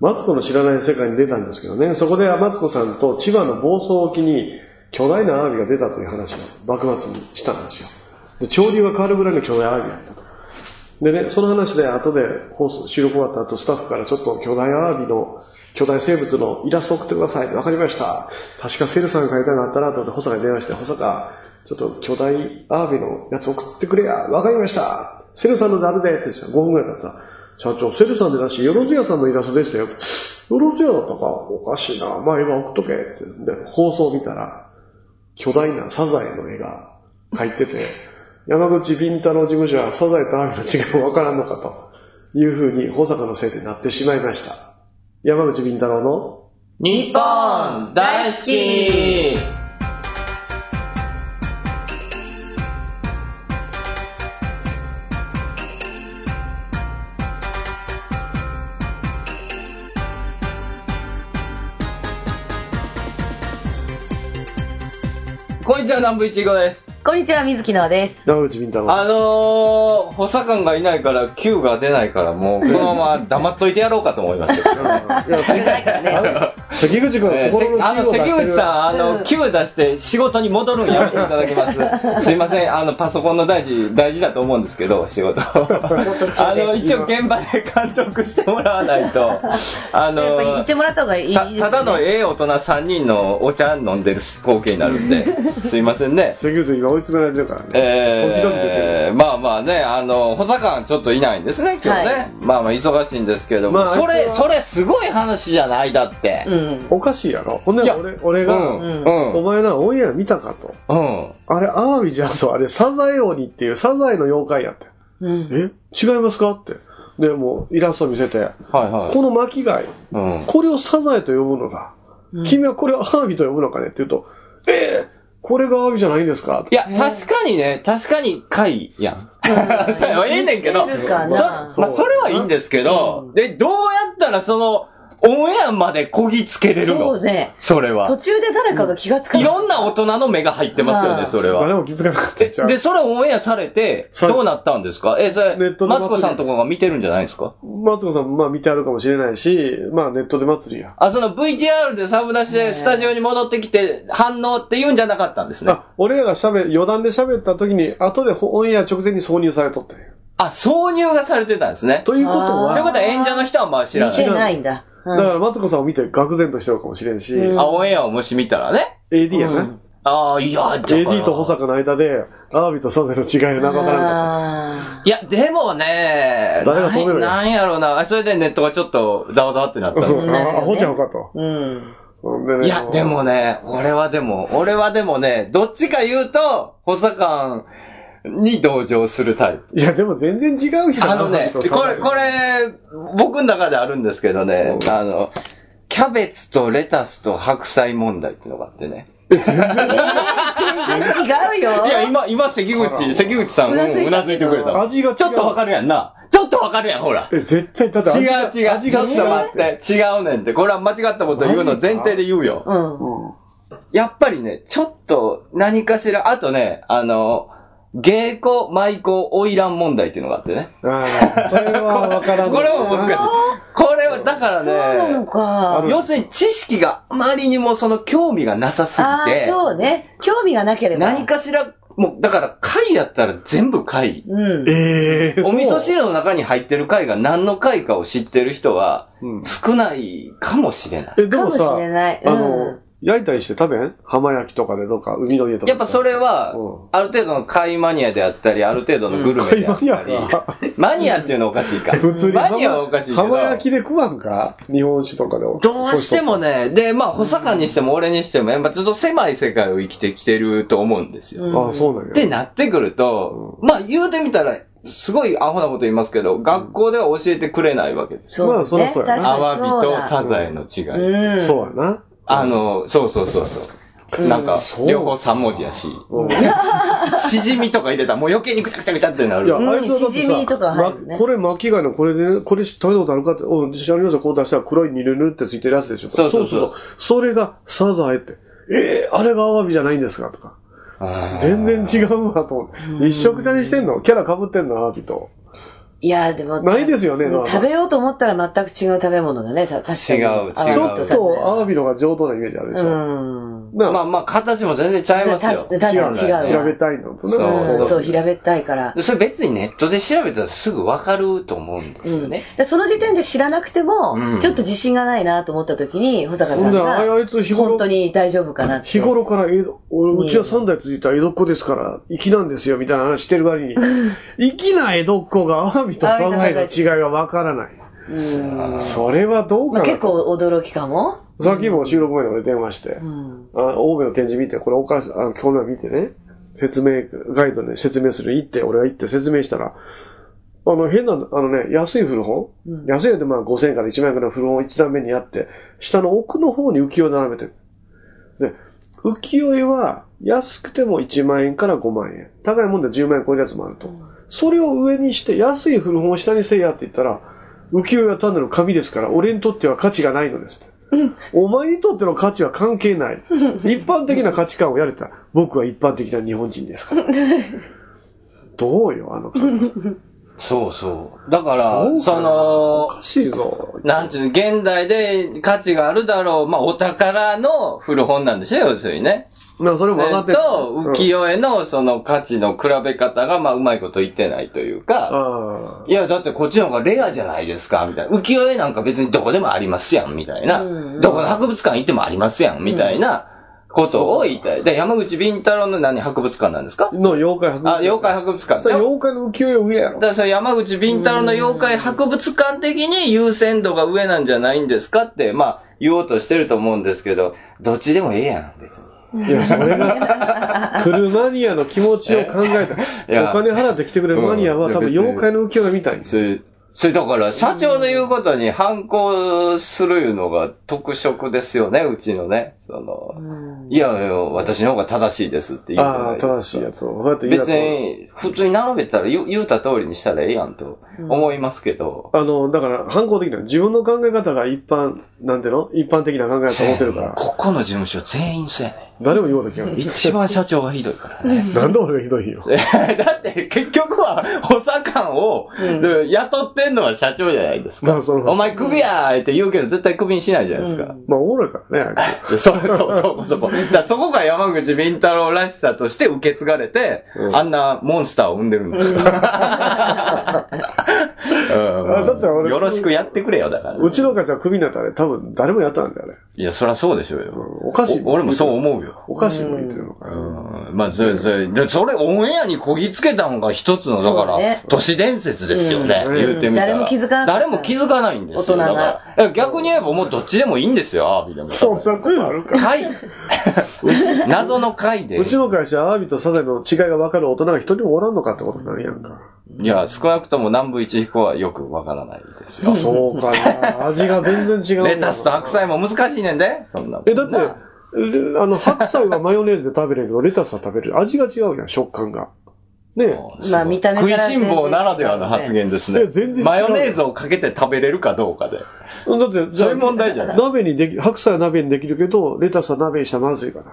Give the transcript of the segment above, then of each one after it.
マツコの知らない世界に出たんですけどね、そこでマツコさんと千葉の房総沖に巨大なアワビが出たという話を幕末にしたんですよ。で、潮流が変わるぐらいの巨大アワビだったと。でね、その話で後で放送収録終わった後、スタッフからちょっと巨大アワビの、巨大生物のイラスト送ってくださいってわかりました。確かセルさんが書いたのあったなと思って、保坂に電話して、保坂、ちょっと巨大アワビのやつ送ってくれや。わかりました。セルさんのであるでって言ってた5分ぐらいだったら。社長、セルさんでなし、よろずやさんのイラストでしたよ。よろずやだったかおかしいな。まあ今送っとけって。で、放送見たら、巨大なサザエの絵が入ってて、 山口敏太郎事務所はサザエとアワビの違いもわからんのかというふうに保坂のせいでなってしまいました。山口敏太郎の日本大好きこんにちは、南部一号です。こんにちは、みずきのです。山口敏太郎。あのー、補佐官がいないから、Q が出ないから、もう、このまま黙っといてやろうかと思いました。うんいや危ないからね。関口君はえーせ心のあの、関口さん。ん、あうの、ん Q 出して仕事に戻るんやめていただき ます。すいません、あの、パソコンの大事、大事だと思うんですけど、仕事。事あ中での、一応現場で監督してもらわないと、あやっぱり言のっ、てもらった方がいいです、ね。たただのえええ大人3人のお茶飲んでる光景になるん で、すいませんね。関口君今追い詰められてるからね。時々出てえー、まあまあね、あの、補佐官ちょっといないんですね、今日ね。はいまあまあ忙しいんですけども、まあそあいれ、つはそれすごい話じゃない、だって。うん。おかしいやろ。ほんでいや俺俺うん、が、うおん、前な、オンエア見たかと。うん。あれ、アワビじゃんそう、あれ、サザエ鬼っていうサザエの妖怪やって。うん。え違いますかって。で、もうイラスト見せて、はいはい。この巻き貝、うん。これをサザエと呼ぶのだ。うん君はこれをアワビと呼ぶのかねって言うと、えーこれがアワビじゃないんですかいや、確かにね、確かに貝やん。それはええねんけど、似てるかそなまあ、それはいいんですけど、うんで、どうやったらその、オンエアまでこぎつけれるそのうね。それ途は。中で誰かが気がつかいない。ろんな大人の目が入ってますようね、んそれは。誰も気づかなかったえんちゃうで、それオンエアされて、されどうなったんですかえ、それネッ、トのマツコさんとかが見てるんじゃないですかマツコさんもまあ見てあるかもしれないし、まあネットで祭りや。あ、その VTR でサブ出しねでえスタジオに戻ってきて反応って言うんじゃなかったんですね。あ、俺らが喋、余談で喋った時に、後でオンエア直前に挿入されとったんやあ、挿入がされてたんですね。とということあいうは、ーことは演者の人はまあ知ら見なてい。ないんだ。だうんからマツコさんを見て愕然としてるかもしれんし、うんあ、オンエアをもし見たらね。 AD やな。うんああ、いや、じゃあ AD と保坂の間で、アワビとサザエの違いがな分からんかっあいや、でもね、誰が止めろよななんやろうな。あそれでネットがちょっとざわざわってなったた。んですんなるほどねあ、アホちゃうかと。ーうん。ほんでねいや、でもね、俺はでも、俺はでもね、どっちか言うと、補佐官に同情する タイプ。いや、でも全然違うやん。あのね、アこワビとサザエれ、これ、僕の中であるんですけどね、あの、キャベツとレタスと白菜問題ってのがあってね。違うよ。いや、今、今、関あら口、関口さん、ううなずいんうたけどなずいてくれたわ。味が違うちょっとわかるやんな。ちょっとわかるやん、ほら。え、絶対、だって味違がう違う。味ちがょっと待違うっ。て。違うねんって。これは間違ったこと言うの前提で言うよ。うん。やっぱりね、ちょっと何かしら、あとね、あの、芸妓、舞妓、花魁問題っていうのがあってね。ああ、それは分からん。これも難しい。これは、だかそうらなのね、あかの。要するに知識があまりにもその興味がなさすああぎー、て、そうね。興味がなければ。何かしら、もう、だから貝やったら全部貝。うん。ええお味噌汁の中に入ってる貝が何の貝かを知ってる人はうん少ないかもしれない。え、でもかもさ、しれないうんあの、焼いたりして食べん浜焼きとかでどっか、海の家とか。やっぱそれはうん、ある程度の貝マニアであったり、ある程度のグルメ貝であマったりニ、アか。マニアっていうのはおかしいか。普通にマ浜ニアはおかしいけど浜。焼きで食わんか日本酒とかで。どうしてもね、で、まあ、補佐官にしても俺にしても、やっぱちょっと狭い世界を生きてきてると思うんですよ。うんああ、そうなんや。ってなってくると、まあ、言うてみたら、すごいアホなこと言いますけど、学校では教えてくれないわけです。まあそりゃそうやな確アかワにビそうだとサザエの違い。うん。そうやな。あの、そうそうそうそう。うんなんかそ、う両方三文字やし、うんしじみとか入れたらもう余計にぐちゃぐちゃぐちゃってなる。いや、うんあいつはだっしてじみとさ、か入るねまこれ巻き貝のこれで、ね、これ食べたことあるかって、うん、知らないよ、こう出したら黒いニルヌってついてるやつでしょ。そうそうそうそれがサザエって、えー、あれがアワビじゃないんですかとか。あー全然違うわと思って。一色じゃにしてんのキャラ被ってんのアワビと。いや、でも、ないですよね、ノアさ食んべようと思ったら全く違う食べ物だね、た確かに。違うあべ違うちのょっとアワビの方が上等なイメージあるでしうょ。ん。なまあまあ、形も全然ちゃいますよ。た確かに違うわ本来平ねべったいのとねそううんそうそう、平べったいから。でそれ別にネットで調べたらすぐわかると思うんですよね。でその時点で知らなくても、うんちょっと自信がないなと思った時に、保坂ほさんんで、あいが、あいつ日本頃当、に大丈夫かなって。日頃から江戸、俺、ねうちは三代続いた江戸っ子ですから、粋なんですよ、みたいな話してる割に、粋な江戸っ子がアワビとサザエの違いがわからない。うん。それはどうまかあ、な。結構驚きかも。さっきも収録前に俺電話してう、ん。あ、青梅の展示見て、これお母さん、あ今日見てね、説明、ガイドで説明する、行って、俺は行って説明したら、あの、変な、あのね、安い古本、うん安いのでまあ5000円から1万円くらいの古本を1段目にあって、下の奥の方に浮世絵を並べてる。で、浮世絵は安くても1万円から5万円。高いもんで10万円超えるやつもあると。それを上にして、安い古本を下にせいやって言ったら、浮世絵は単なる紙ですから、俺にとっては価値がないのですって。お前にとっての価値は関係ない。一般的な価値観をやれた。僕は一般的な日本人ですから。どうよ、あの感じ。そうそう。だそかうら、なそおの、かしいぞ。なんちゅうの、現代で価値があるだろう、まあ、お宝の古本なんでしょ、要するにね。まあ、それも分かえっってると、浮世絵のその価値の比べ方が、まあ、うまいこと言ってないというか、ああいや、だってこっちの方がレアじゃないですか、みたいな。浮世絵なんか別にどこでもありますやん、みたいな。うんどこの博物館行ってもありますやん、みたいなことを言いたい。で、山口敏太郎の何博物館なんですかの妖怪あ、妖怪博物館。それ妖怪の浮世絵上やろだ。からそれ山口敏太郎の妖怪博物館的に優先度が上なんじゃないんですかって、まあ、言おうとしてると思うんですけど、どっちでもええやん、別に。いや、それが、来るマニアの気持ちを考えた。 いやお金払って来てくれるマニアは、うん多分妖怪の浮世絵みたいです。それ、それだから、社長の言うことに反抗するいうのが特色ですよね、うちのね。その、いやいや、私の方が正しいですって言うじゃあなあ、いですか正しいやつを。こうやって言い出別すとに、普通に並べたら言う言うた通りにしたらええやんと思いますけど。あの、だから、反抗的な、自分の考え方が一般、なんていうの一般的な考え方を持ってるから、ここの事務所全員そうやね。誰も言うこと聞かない。一番社長がひどいからね。なんで俺がひどいんよ。 だって結局は補佐官をで雇ってんのは社長じゃないですか。まあ、そおの、前クビやーって言うけど絶対クビにしないじゃないですか。まあ、おもろいからね。あでそう そうそうそこ。だからそこが山口敏太郎らしさとして受け継がれて、うんあんなモンスターを生んでるんですから。うんあだって俺よろしくやってくれよ、だかられ。うちの会社がクビになったらね、多分誰もやったんだよね。いや、そりゃそうでしょううよ。んおかしい。お俺もそう思うよ。おかしいも言ってるのかな。うん。まあ、それ、それ、でそれオンエアにこぎつけたのが一つの、だかそうらね、都市伝説ですよね。うん言うてみたら。誰も気づかなかった誰も気づかないんですよ。大だ人がから。逆に言えばもうどっちでもいいんですよ、アワビでも。そん なことあるか。はい。謎の回で。うちの会社、アワビとサザエの違いが分かる大人が一人もおらんのかってことになるやんか。いや、少なくとも南部一彦はよくわからないですよ。そうかな。味が全然違うんだなレタスと白菜も難しいねんで、そんなもん。え、だって、えあの、白菜はマヨネーズで食べれるけど、レタスは食べれる。味が違うやん、食感が。ねえ。もうすごいまあ見た目から食いしん坊ならではの発言ですいねや全然違。うマヨネーズをかけて食べれるかどうかで。だって、そういう問題じゃない鍋にでき、白菜は鍋にできるけど、レタスは鍋にしたらまずいから。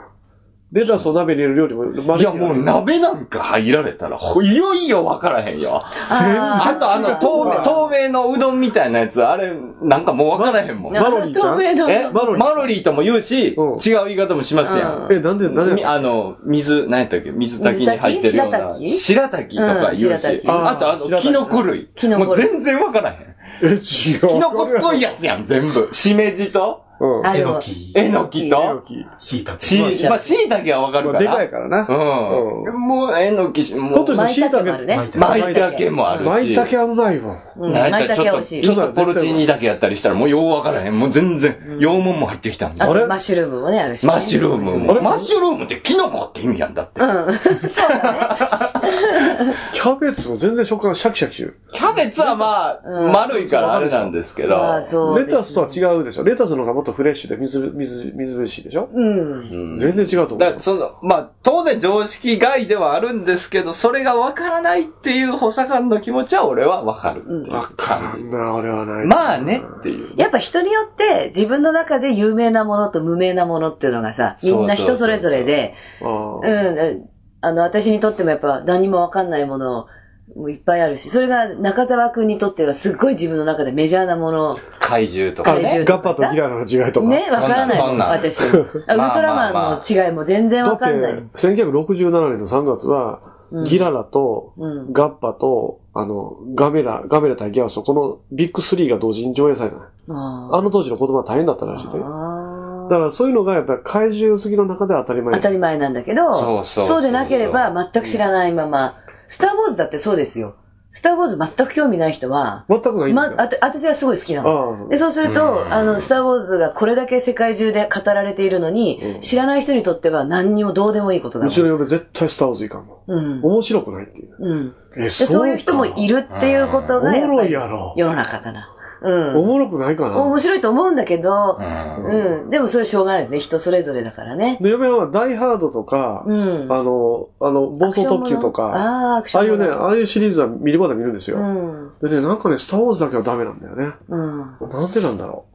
レタスを鍋に入れる料理も、まいや、もう鍋なんか入られたら、ほいよいよわからへんよ。ああと、あの、透明、透明のうどんみたいなやつ、あれ、なんかもうわからへんもん。マロリーちゃん透明のえママロリーロリーとも言うし、違うんう言い方もしますやんう。え、なんで、なんみで、あの、水、何やったっけ水炊きに入ってるような。水炊き白滝とか言ううん白し滝。あと、あ白の、滝キノコ類。キノコもう類全然わからへん。え、違う。キノコっぽいやつやん、全部。しめじと、うん。あえれえはの。き、えのきのと、き。しいたけ、し、まあ、しいたけはわかるまかあ、ら。でかいからな。うん。もう、えのきし、ちょもっとう、した椎茸舞茸もあるね舞茸舞茸もあるし。舞茸はうまいわ。うんなん舞かちょっと、茸美味しいち。ょっとポルチーニだけやったりしたらもうようわからへん。もう全然、羊毛も入ってきたんあだ。あれとマッシュルームもね、あるしね。マッシュルームあれも。マッシュルームってキノコって意味やんだって。うん。そうだね。キャベツも全然食感がシャキシャキしてる。キャベツはまあ、うん丸いからあれなんですけど。まあ、そうレです。タスとは違うでしょ。レタスの方がもっとフレッシュで、みず、みず、みずみずしいでしょ。うん。うん全然違うと思う。だからその、まあ、当然常識外ではあるんですけど、それがわからないっていう補佐官の気持ちは俺はわかる。うんわかんな、俺はない。まあねっていう。やっぱ人によって自分の中で有名なものと無名なものっていうのがさ、みんな人それぞれで、あうん、あの、私にとってもやっぱ何もわかんないものをもういっぱいあるし、それが中沢くんにとってはすっごい自分の中でメジャーなもの。怪獣とかあ怪ね。獣ガッパとギラの違いとか。ね、わからないそもんん、なん私。あウルトまあまあラマンの違いも全然だわってかんない。、 1967年の3月は、うんギララとうんガッパと、あの、ガメラ、ガメラ対ギャオスと、このビッグ3が同時に上映されたのよああの当時の言葉は大変だったらしいね。あだーからそういうのがやっぱり怪獣好きの中では当たり前当たり前なんだけど、そうそうそうでなければ全く知らないまま、スター・ウォーズだってそうですよ。スター・ウォーズ全く興味ない人は、全くないんだまよ。、あて私はすごい好きなの。ああ、そうで、そうするうと、んあの、スター・ウォーズがこれだけ世界中で語られているのうんに、知らない人にとっては何にもどうでもいいことうだもんちの嫁絶対スターウォーズいかんもん。うん。面白くないっていう。うん。え、でそういう人もいるっていうことおもが、やっろぱいりやろ。世の中だな。うん。おもろくないかな。面白いと思うんだけどう、ん。うん。でもそれしょうがないですね。人それぞれだからね。で、嫁はんはダイハードとか、うん。あの、あの、暴走特急とか、ああー、アクシあョあンいもうね、のああいうシリーズは見るまで見るんですよ。うん。でね、なんかね、スターウォーズだけはダメなんだよね。うん。なんでなんだろ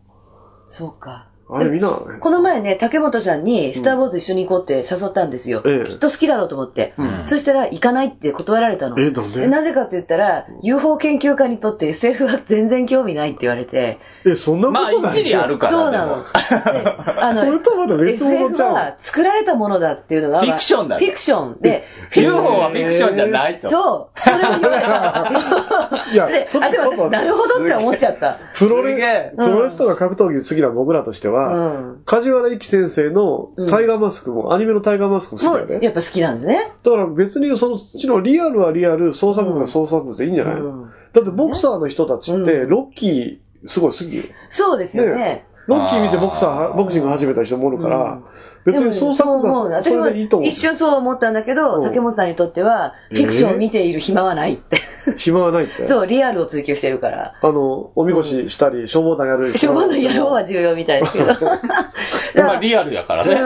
そうか。う。あれ見ながらね。この前ね、竹本さんに、スター・ウォーズ一緒に行こうって誘ったんですよ。ええきっと好きだろうと思って。うんそしたら、行かないって断られたの。え、なんででなぜかって言ったら、UFO 研究家にとって SF は全然興味ないって言われて。え、そんなことまなあ、い。一理あるから。そうな の。ででもあそれとはまた別物 SF ちゃうのは作られたものだっていうのが。フィクションだフィクションで、フィクシ UFO ョンはフィクションじゃないと。そう。それを言われた。いやで、 ちょっとあ、でも私、なるほどって思っちゃった。プロすげレえ、プロレスとか格闘技好きな僕らとしてうは、ん。梶原一騎先生のタイガーマスクも、アニメのタイガーマスクも好きもだよう、ね。やっぱ好きなんだね。だから別にそのうちのリアルはリアル、創作部は創作部でいいんじゃない、うんだってボクサーの人たちって、うロッキーすごい好きよ。そうですよねね。ロッキー見てボクサあー、ーボクシング始めた人もおるから、別でもにね創そう作部思うのは私そもれでいいと思う。一瞬そう思ったんだけうんど、竹本さんにとっては、フィクションを見ている暇はないって。暇はないって。そう、リアルを追求してるから。あの、おみこししたり、消防団やる人消防の野郎は重要みたいです けど。だかまあ、らリアルやからうねん。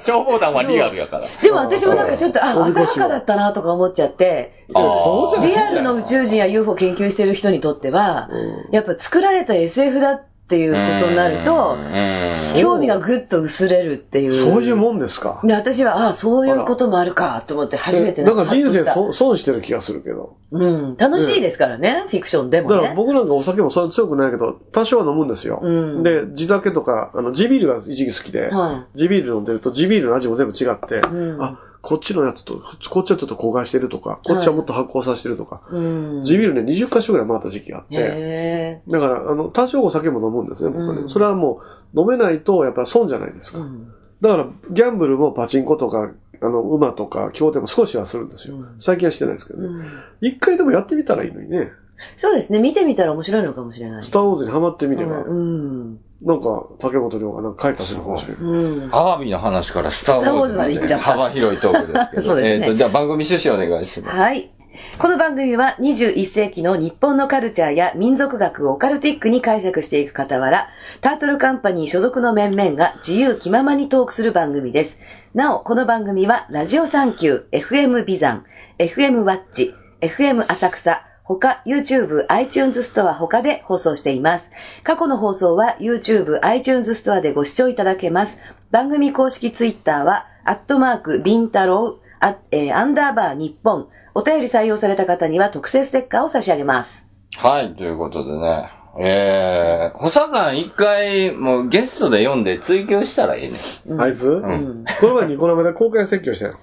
消防団はリアルやから。でも私もなんかちょっと、あ、おみこし浅ははかだったなとか思っちゃって、あーそうじゃないリアルの宇宙人や UFO 研究してる人にとっては、うやっぱ作られた SF だっていうことになるうと、ん興味がぐっと薄れるっていう。そういうもんですか。で、私は、ああ、そういうこともあるか、と思って初めてなんかハッ人とし生たそ損してる気がするけど。うん、楽しいですからね、フィクションでもだからね。僕なんかお酒もそんな強くないけど、多少は飲むんですよ。うんで、地酒とか、あの、地ビールが一時期好きで、は地ビール飲んでると地ビールの味も全部違って、うんあ、こっちのやつと、こっちはちょっと焦がしてるとか、こっちはもっと発酵させてるとか、い。うん。地ビールね、20カ所ぐらい回った時期があって、へだから、あの、多少お酒も飲むんですね、僕はね。うんそれはもう、飲めないと、やっぱり損じゃないですぇか。うん。だから、ギャンブルもパチンコとか、あの、馬とか、競艇も少しはするんですよ。うん最近はしてないですけどね。うん一、回でもやってみたらいいのにね。そうですね、見てみたら面白いのかもしれない。スターウォーズにハマってみれば、うん。なんか、竹本涼がなんか書いたするかもしれない。うん。アワビの話からスター・ウォーズまスターウォーズまで行っでちゃった幅広いトークですけど。 そうですねえっと、じゃあ番組趣旨お願いします。はい。この番組は21世紀の日本のカルチャーや民族学をオカルティックに解釈していく傍ら、タートルカンパニー所属の面々が自由気ままにトークする番組です。なお、この番組は、ラジオサンキュー、FM ビザン、FM ワッチ、FM 浅草、他 YouTube、iTunes ストア他で放送しています。過去の放送は YouTube、iTunes ストアでご視聴いただけます。番組公式 Twitter は、アットマーク、ビンタロウ、あえーアンダーバー日本。お便り採用された方には特製ステッカーを差し上げます。はい、ということでね。えー、補佐官一回、もうゲストで読んで追求したらいいね。うんあいつ、うんん。この前ニコ生で公開説教したよ。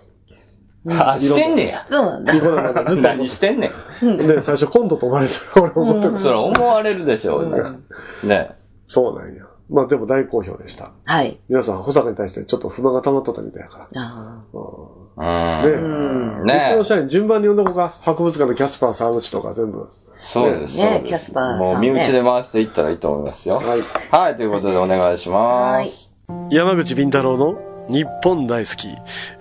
あ、してんねや。そうなんだ。ニコ生でずっと何してんねん。うんで、最初コントと思われてた。俺思ってる、うんそら思われるでしょうね。ね。そうなんや。まあでも大好評でした。はい。皆さん、保坂に対してちょっと不満が溜まっとったみたいやから。あーねううん。ちねの社員順番に呼んだ子が、博物館のキャスパー沢口とか全部。そうです。ねそうですキャスパーさんねもう身内で回していったらいいと思いますよ。はい。はい、ということでお願いします。山口敏太郎の日本大好き、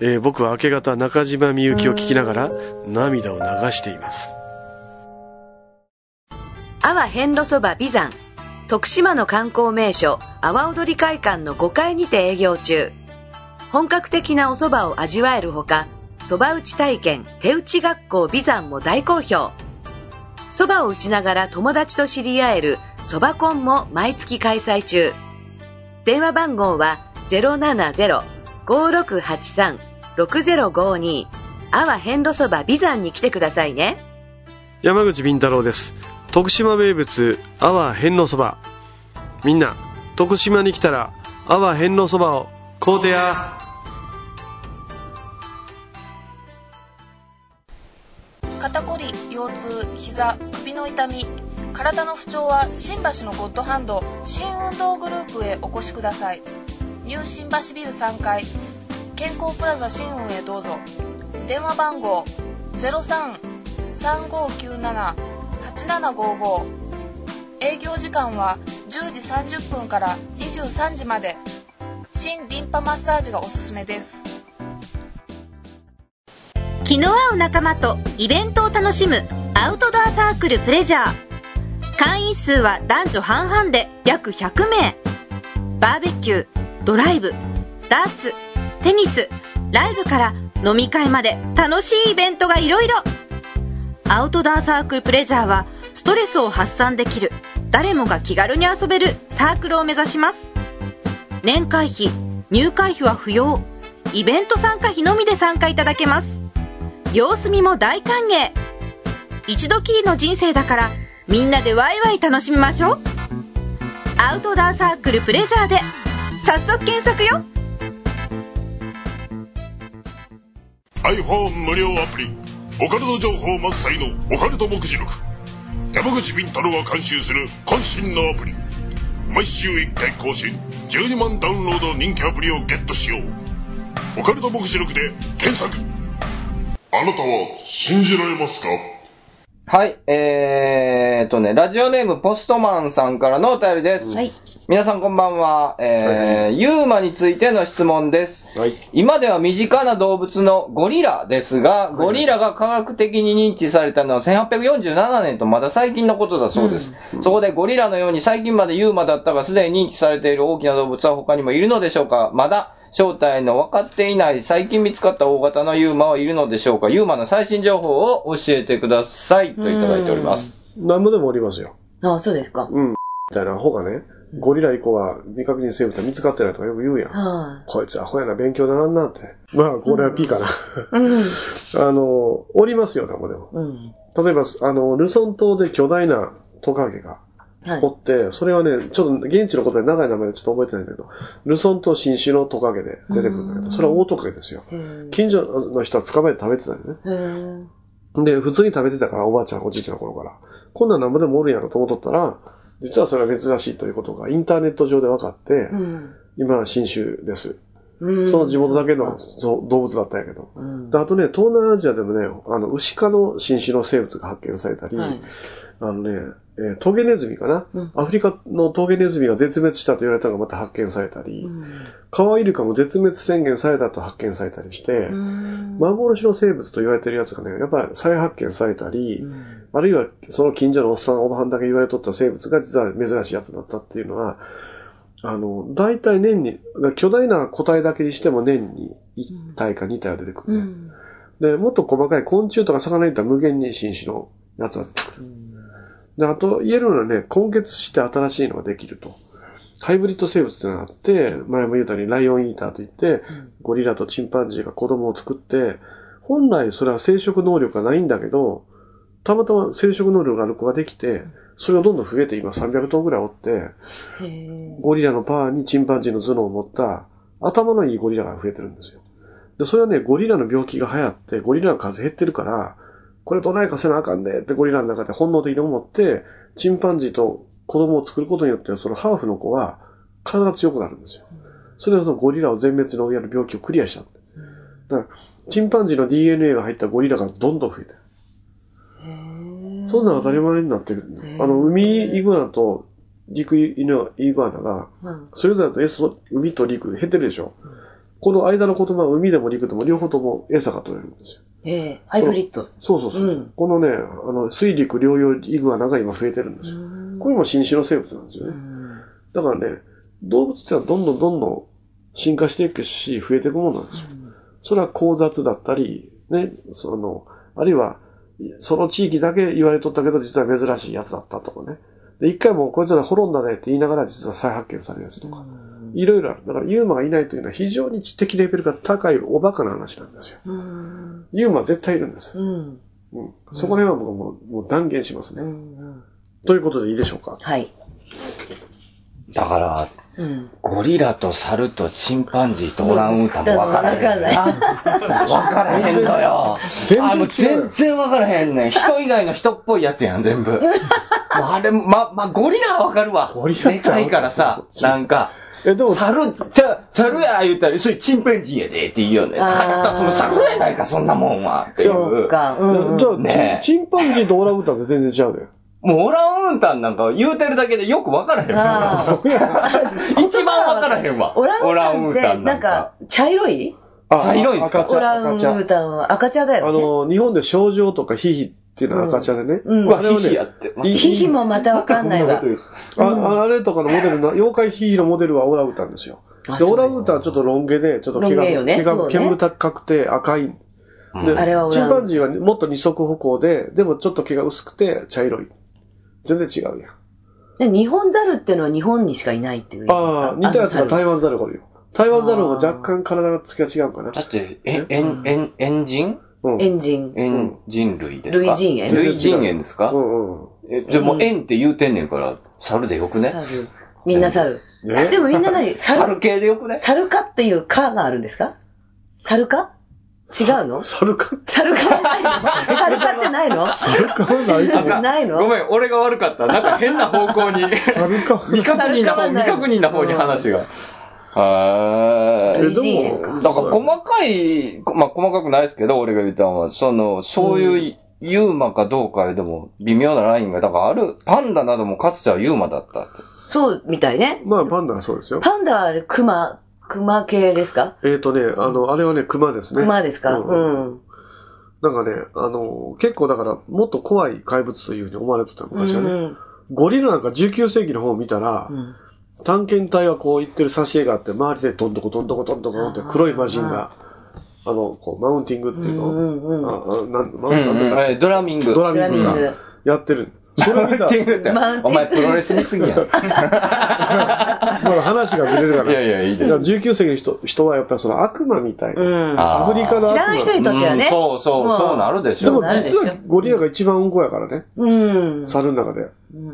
えー僕は明け方中島みゆきを聞きながら涙を流しています阿波遍路そば美山徳島の観光名所阿波踊り会館の5階にて営業中本格的なお蕎麦を味わえるほか蕎麦打ち体験手打ち学校美山も大好評蕎麦を打ちながら友達と知り合える蕎麦コンも毎月開催中電話番号は070-5683-6052阿波遍路そば美山に来てくださいね山口敏太郎です徳島名物阿波遍路そばみんな徳島に来たら阿波遍路そばを買うてや肩こり腰痛膝首の痛み体の不調は新橋のゴッドハンド新運動グループへお越しくださいニュー新橋ビル3階健康プラザ新運へどうぞ電話番号0335978755営業時間は10時30分から23時まで新リンパマッサージがおすすめです気の合う仲間とイベントを楽しむアウトドアサークルプレジャー会員数は男女半々で約100名バーベキュードライブダーツテニスライブから飲み会まで楽しいイベントがいろいろアウトドアサークルプレジャーはストレスを発散できる誰もが気軽に遊べるサークルを目指します年会費入会費は不要イベント参加費のみで参加いただけます様子見も大歓迎一度きりの人生だからみんなでワイワイ楽しみましょうアウトドアサークルプレジャーで早速検索よ iPhone 無料アプリオカルト情報満載のオカルト目次録山口敏太郎が監修する渾身のアプリ毎週1回更新12万ダウンロードの人気アプリをゲットしようオカルト目次録で検索あなたは信じられますかはい、えーっとね、ラジオネームポストマンさんからのお便りです。はい。皆さんこんばんは、えーユーマについての質問です。はい今では身近な動物のゴリラですが、ゴリラが科学的に認知されたのは1847年とまだ最近のことだそうです。そこでゴリラのように最近までユーマだったがすでに認知されている大きな動物は他にもいるのでしょうかまだ正体の分かっていない最近見つかった大型のユーマはいるのでしょうかユーマの最新情報を教えてくださいといただいております。何もでもおりますよああ、そうですか。みたいな方がねゴリラ以降は未確認生物は見つかってないとかよく言うやん、はこいつアホやな勉強ならんなってまあこれは P かな、い。うん。あのおりますよ何もでもうん。例えばあのルソン島で巨大なトカゲがはいお。って、それはね、ちょっと現地のことで長い名前でちょっと覚えてないんだけど、ルソン島新種のトカゲで出てくるんだけうど、んそれは大トカゲですよ。へー近所の人は捕まえて食べてたよね。へーで、普通に食べてたから、おばあちゃん、おじいちゃんの頃から。こんなんなんぼでもおるんやろと思っとったら、実はそれは珍しいということがインターネット上で分かって、うん今は新種です。うん。その地元だけのそう動物だったんやけど。うん。であとね、東南アジアでもね、あの、牛科の新種の生物が発見されたり、はいあのね、えートゲネズミかな、うんアフリカのトゲネズミが絶滅したと言われたのがまた発見されたり、うんカワイルカも絶滅宣言されたと発見されたりして、うん幻の生物と言われてるやつがね、やっぱり再発見されたり、うんあるいはその近所のおっさん、おばはんだけ言われとった生物が実は珍しいやつだったっていうのは、あの、大体年に、巨大な個体だけにしても年に1体か2体は出てくるね。うんで、もっと細かい昆虫とか魚にいったら無限に新種のやつが出てくる。で、あと言えるのはね、根結して新しいのができると。ハイブリッド生物ってのがあって、前も言うたようにライオンイーターといって、ゴリラとチンパンジーが子供を作って、本来それは生殖能力がないんだけど、たまたま生殖能力がある子ができて、それがどんどん増えて今300頭ぐらいおって、へーゴリラのパーにチンパンジーの頭脳を持った頭のいいゴリラが増えてるんですよ。で、それはね、ゴリラの病気が流行って、ゴリラの数減ってるから、これどないかせなあかんねってゴリラの中で本能的に思って、チンパンジーと子供を作ることによって、そのハーフの子は体が強くなるんですよ。それでそのゴリラを全滅に追いやる病気をクリアしたって。だから、チンパンジーの DNA が入ったゴリラがどんどん増えてる。そんなん当たり前になってる。あの、海イグアナと陸イグイグアナが、うんそれぞれの餌を海と陸減ってるでしょ。この間の言葉は海でも陸でも両方とも餌が取れるんですよ。へーハイブリッド。そうそうそう。うんこのね、あの、水陸両用イグアナが今増えてるんですよ。これも新種の生物なんですよね。だからね、動物ってのはどんどんどんどん進化していくし、増えていくものなんですよ。それは交雑だったり、ね、その、あるいは、その地域だけ言われとったけど、実は珍しいやつだったとかね。で、一回もうこいつら滅んだねって言いながら実は再発見されるやつとか。いろいろある。だからユーマがいないというのは非常に知的レベルが高いおバカな話なんですよ。うんユーマは絶対いるんですよ。うんうん。そこら辺は僕はもうもう断言しますうね。んうんということでいいでしょうか。はい。だから、うん。ゴリラと猿とチンパンジーとオランウータンも分からへん。分分からへんのよ。全然違うあもう全然分からへんねん。人以外の人っぽいやつや ん、全部。もうあれも、ま、ま、ゴリラは分かるわ。ゴリラちゃうでかいからさ、なんか。え、でも、猿、じゃあ、猿や言うたら、それチンパンジーやでって言うよね。あー腹立つもん猿やないか、そんなもんは。っていう。そうか。うんうんじゃあ、ねえチンパンジーとオランウータンって全然違うのよ。もうオランウータンなんか言うてるだけでよく分からへんあーわ。一番分からへんわ。オランウータンって、なんか、茶色いあ茶色いんですか赤茶オランウー赤茶タンは赤茶だあよね。の、日本で症状とかヒヒっていうのは赤茶でね。うんうんあれはねヒヒやってまたヒヒヒヒもまたわかんな いわ。ああれとかのモデル の、妖怪ヒヒのモデルはオランウータンですよ。あで、そうオランウータンはちょっとロン毛で、ちょっと毛ロが、ン毛よね毛そうがね煙高くて赤い。で、あれはオチランンパンジーはもっと二足歩行で、でもちょっと毛が薄くて茶色い。全然違うやん。で日本ザルっていうのは日本にしかいないっていう。ああ、似たやつがあの猿台湾ザルがあるよ。台湾ザルは若干体のつきが違うかな。だって、え、えん、えん、エンジンうん。エンジン。エンジン類ですか類人猿類人猿ですかうんうん。え、じゃあもう円って言うてんねんから、猿でよくね猿。みんな猿。ねでもみんな 何猿猿、系でよくね猿科っていう科があるんですか猿科違うの猿か 猿科ってないの猿科って猿かはなないのいと思う。ないのごめん、俺が悪かった。なんか変な方向 に。猿かは未確認な方、猿かはない未確認な方に話が。はえーい。類人猿でかもだから細かい、まあ細かくないですけど、俺が言ったのは、その、そういうユーマかどうかでも微妙なラインが、だからある、パンダなどもかつてはユーマだったって。そうみたいね。まあ、パンダはそうですよ。パンダはあれ熊、熊系ですかえっ、とね、あの、あれはね、熊ですね。熊ですかうんうん。なんかね、あの、結構だから、もっと怖い怪物というふうに思われてたうん昔はね。ゴリラなんか19世紀の方を見たら、うん探検隊がこう行ってる挿絵があって、周りでどんどこどんどこどんどこどんって黒い魔人が、あの、こう、マウンティングっていうのを、うんうんうんああなんマうウンん、なんていううんかえ、ドラミング。ドラグラミンミンググが。やってる。それマを見ウンたティングってマウンティン。グお前プロレス見すぎやん。いまだ話がずれるから。やいや、いいでだすから。19世紀の人人はやっぱりその悪魔みたいな。うんあーアフリカの悪魔。知らない人にとってはねうんそうそう、もうそうなるでしでもょ。そう実はゴリラが一番温厚やからね、うん。猿の中で。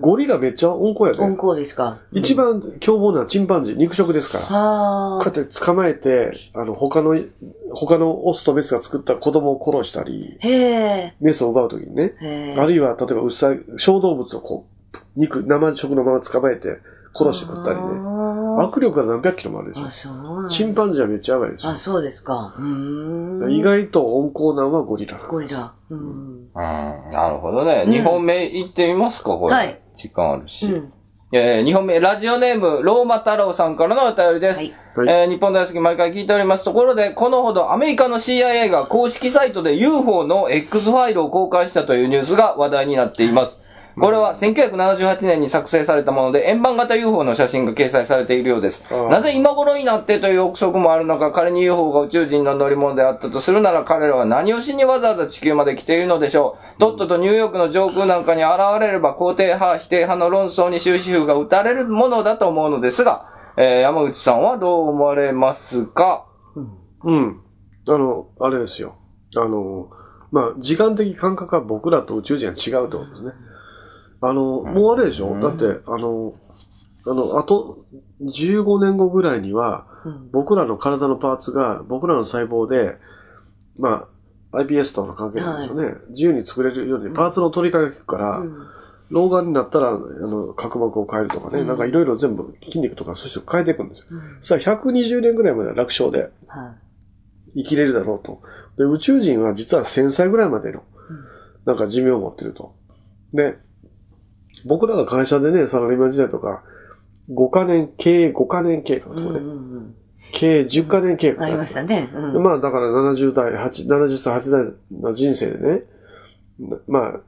ゴリラめっちゃ温厚や温で。厚ですか。一番凶暴なのはチンパンジー、肉食ですから。はこうやって捕まえて、あの、他の、他のオスとメスが作った子供を殺したり、ー。へメスを奪うときにね、ー。へあー。るいは例えばうっさい、小動物をこう、肉、生食のまま捕まえて殺して食ったりね。あ握力が何百キロもあるでしーあ、ょ。そうなんだチンパンジーはめっちゃやばいでしょあ、。そうですか。うーん。意外と温厚なのはゴリラなんです。ゴリラ。うん。うん、なるほどね。ん2本目行ってみますか、これ。はい時間あるし。うん。えー、2本目、ラジオネーム、ローマ太郎さんからのお便りです。はいはいえー日本大好き毎回聞いております。ところで、このほどアメリカの CIA が公式サイトで UFO の X ファイルを公開したというニュースが話題になっています。これは1978年に作成されたもので、円盤型 UFO の写真が掲載されているようですあ。あなぜ今頃になってという憶測もある中、仮に UFO が宇宙人の乗り物であったとするなら彼らは何をしにわざわざ地球まで来ているのでしょう。とっととニューヨークの上空なんかに現れれば肯定派、否定派の論争に終止符が打たれるものだと思うのですが、えー山口さんはどう思われますかうん。あの、あれですよ。あの、まあ、時間的感覚は僕らと宇宙人は違うってことですね。あの、もうあれでしょ、だって、あの、あの、あと15年後ぐらいには、僕らの体のパーツが僕らの細胞で、まあ、iPS との関係なんですよね、自由に作れるようにパーツの取り替えが効くから、老眼になったら、あの、角膜を変えるとかね、なんかいろいろ全部筋肉とか組織を変えていくんですよ。さあ、120年ぐらいまでは楽勝で、は生きれるだろうと。で、宇宙人は実は1000歳ぐらいまでの、なんか寿命を持ってると。で、僕らが会社でね、サラリーマン時代とか、5カ年、経営5カ年計画とかい。ね、うんうんうん経営10カ年計画。ありましたね。うんでまあ、だから70代、8 70歳、8代の人生でね、まあ、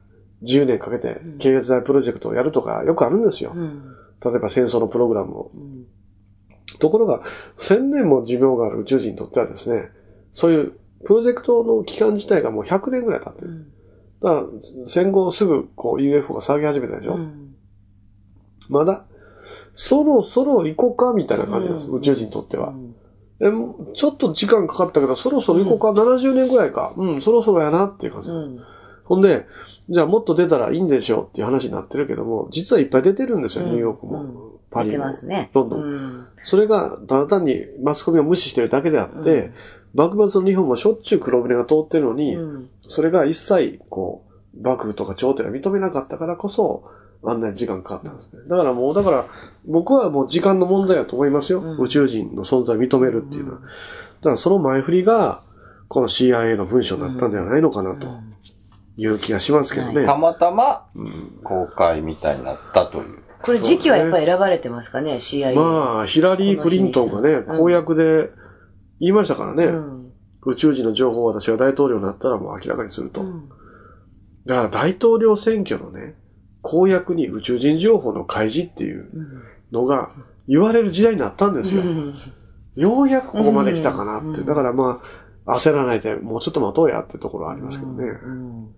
10年かけて経済プロジェクトをやるとか、よくあるんですよ。うん。例えば戦争のプログラムを。ところが、1000年も寿命がある宇宙人にとってはですね、そういうプロジェクトの期間自体がもう100年ぐらい経ってる。だから、戦後すぐこう UFO が騒ぎ始めたでしょ、うんまだ、そろそろ行こうかみたいな感じなんです、宇宙人にとっては、えちょっと時間かかったけど、そろそろ行こうか、70年ぐらいか。うん、そろそろやなっていう感じ。うん。ほんで、じゃあもっと出たらいいんでしょうっていう話になってるけども、実はいっぱい出てるんですよ、うんニューヨークも、うんパリ出ても、ますね。ロンドンも。うんそれが、ただ単にマスコミを無視してるだけであって、うん幕末の日本もしょっちゅう黒船が通ってるのに、うんそれが一切、こう、幕府とか朝廷が認めなかったからこそ、あんなに時間かかったんですね。だからもう、だから、僕はもう時間の問題だと思いますよ。うん宇宙人の存在を認めるっていうのは。だからその前振りが、この CIA の文章だったんではないのかなという気がしますけどね。たまたまうん公開みたいになったという。これ時期はやっぱり選ばれてますかね、CIA。まあ、ヒラリー・クリントンがね、うん公約で言いましたからね、うん宇宙人の情報を私が大統領になったらもう明らかにすると。うんだから大統領選挙のね、公約に宇宙人情報の開示っていうのが言われる時代になったんですよ。ようやくここまで来たかなって。うんだからまあ、焦らないで、もうちょっと待とうやってところはありますけどね。うん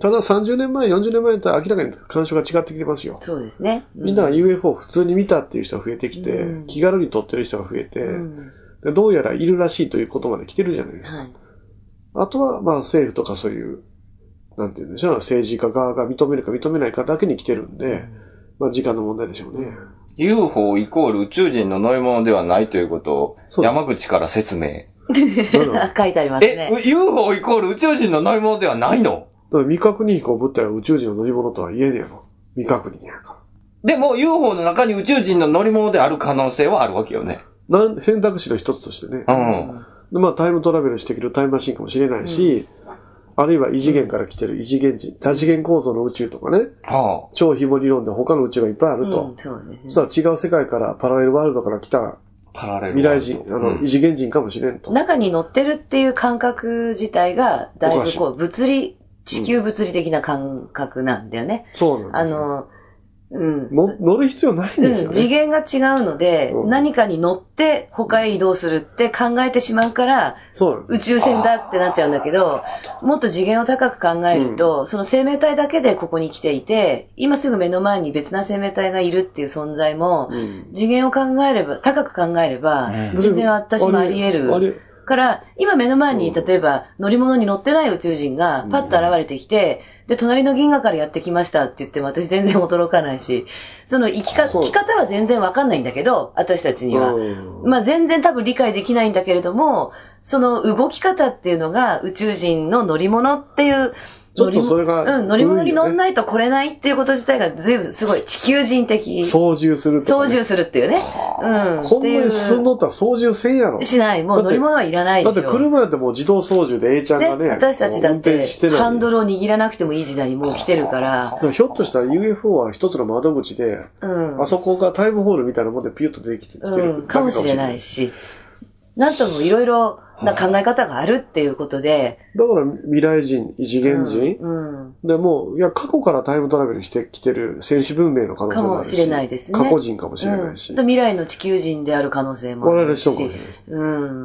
ただ30年前、40年前と明らかに感触が違ってきてますよ。そうですね。みんなが UFO を普通に見たっていう人が増えてきて、うん気軽に撮ってる人が増えて、うんでどうやらいるらしいということまで来てるじゃないですか。はいあとは、まあ、政府とかそういう、なんていうんでしょう、政治家側が認めるか認めないかだけに来てるんで、まあ、時間の問題でしょうね。 UFO イコール宇宙人の乗り物ではないということそをうです山口から説明。だからあ書いてありますえね。、 UFO イコール宇宙人の乗り物ではないのだから未確認飛行物体は宇宙人の乗り物とは言えねえやろ。未確認やかでも UFO の中に宇宙人の乗り物である可能性はあるわけよね。ら。なん選択肢の一つとしてね。うん。でまあ、タイムトラベルしてくるタイムマシンかもしれないし、あるいは異次元から来てる異次元人、多次元構造の宇宙とかね、は超ひも理論で他の宇宙がいっぱいあるうとん。そうですね。そしたら違う世界からパラレルワールドから来たあ。パラレル未ワー来ルド。人、あうの、ん異次元人かもしれんと。中に乗ってるっていう感覚自体が、だいぶこう、物理、地球物理的な感覚なんだよね。そうなんですあよの、うん。の乗る必要ないんですうよん、ね。次元が違うので、うん何かに乗って他へ移動するって考えてしまうから、そうなんで宇宙船だってなっちゃうんだけど、もっと次元を高く考えると、その生命体だけでここに来ていて、今すぐ目の前に別な生命体がいるっていう存在も、す。次元を考えれば、高く考えれば、うん全然私もあり得ある。れから、今目の前に、うん例えば乗り物に乗ってない宇宙人がパッと現れてきて、で、隣の銀河からやってきましたって言っても私全然驚かないし、その生きかそう生き方は全然わかんないんだけど、私たちには。うんまあ全然多分理解できないんだけれども、その動き方っていうのが宇宙人の乗り物っていう、ちょっとそれが乗り物うん、乗り物に乗んないと来れないっていうこと自体が随分すごい地球人的。操縦すると操かね。縦するっていうね。うん。ほんまに進んっどったら操縦せんやろていう。しない。もう乗り物はいらないだでっしょ。て車やってもう自動操縦で A ちゃんがね、ね、私たちだこうっ運転てしてないハンドルを握らなくてもいい時代にもう来てるからだ、からひょっとしたら UFO は一つの窓口で、うんあそこがタイムホールみたいなもんでピュッと出てきてるだけうん、かもしれないし、なんともいろいろな考え方があるっていうことで、だから未来人、異次元人、うんうんでもう、いや、過去からタイムトラベルしてきてる先史文明の可能性もあるし。かもしれないですね過去人かもしれないし。うんと未来の地球人である可能性もあ我々るのし。人かもしれないし。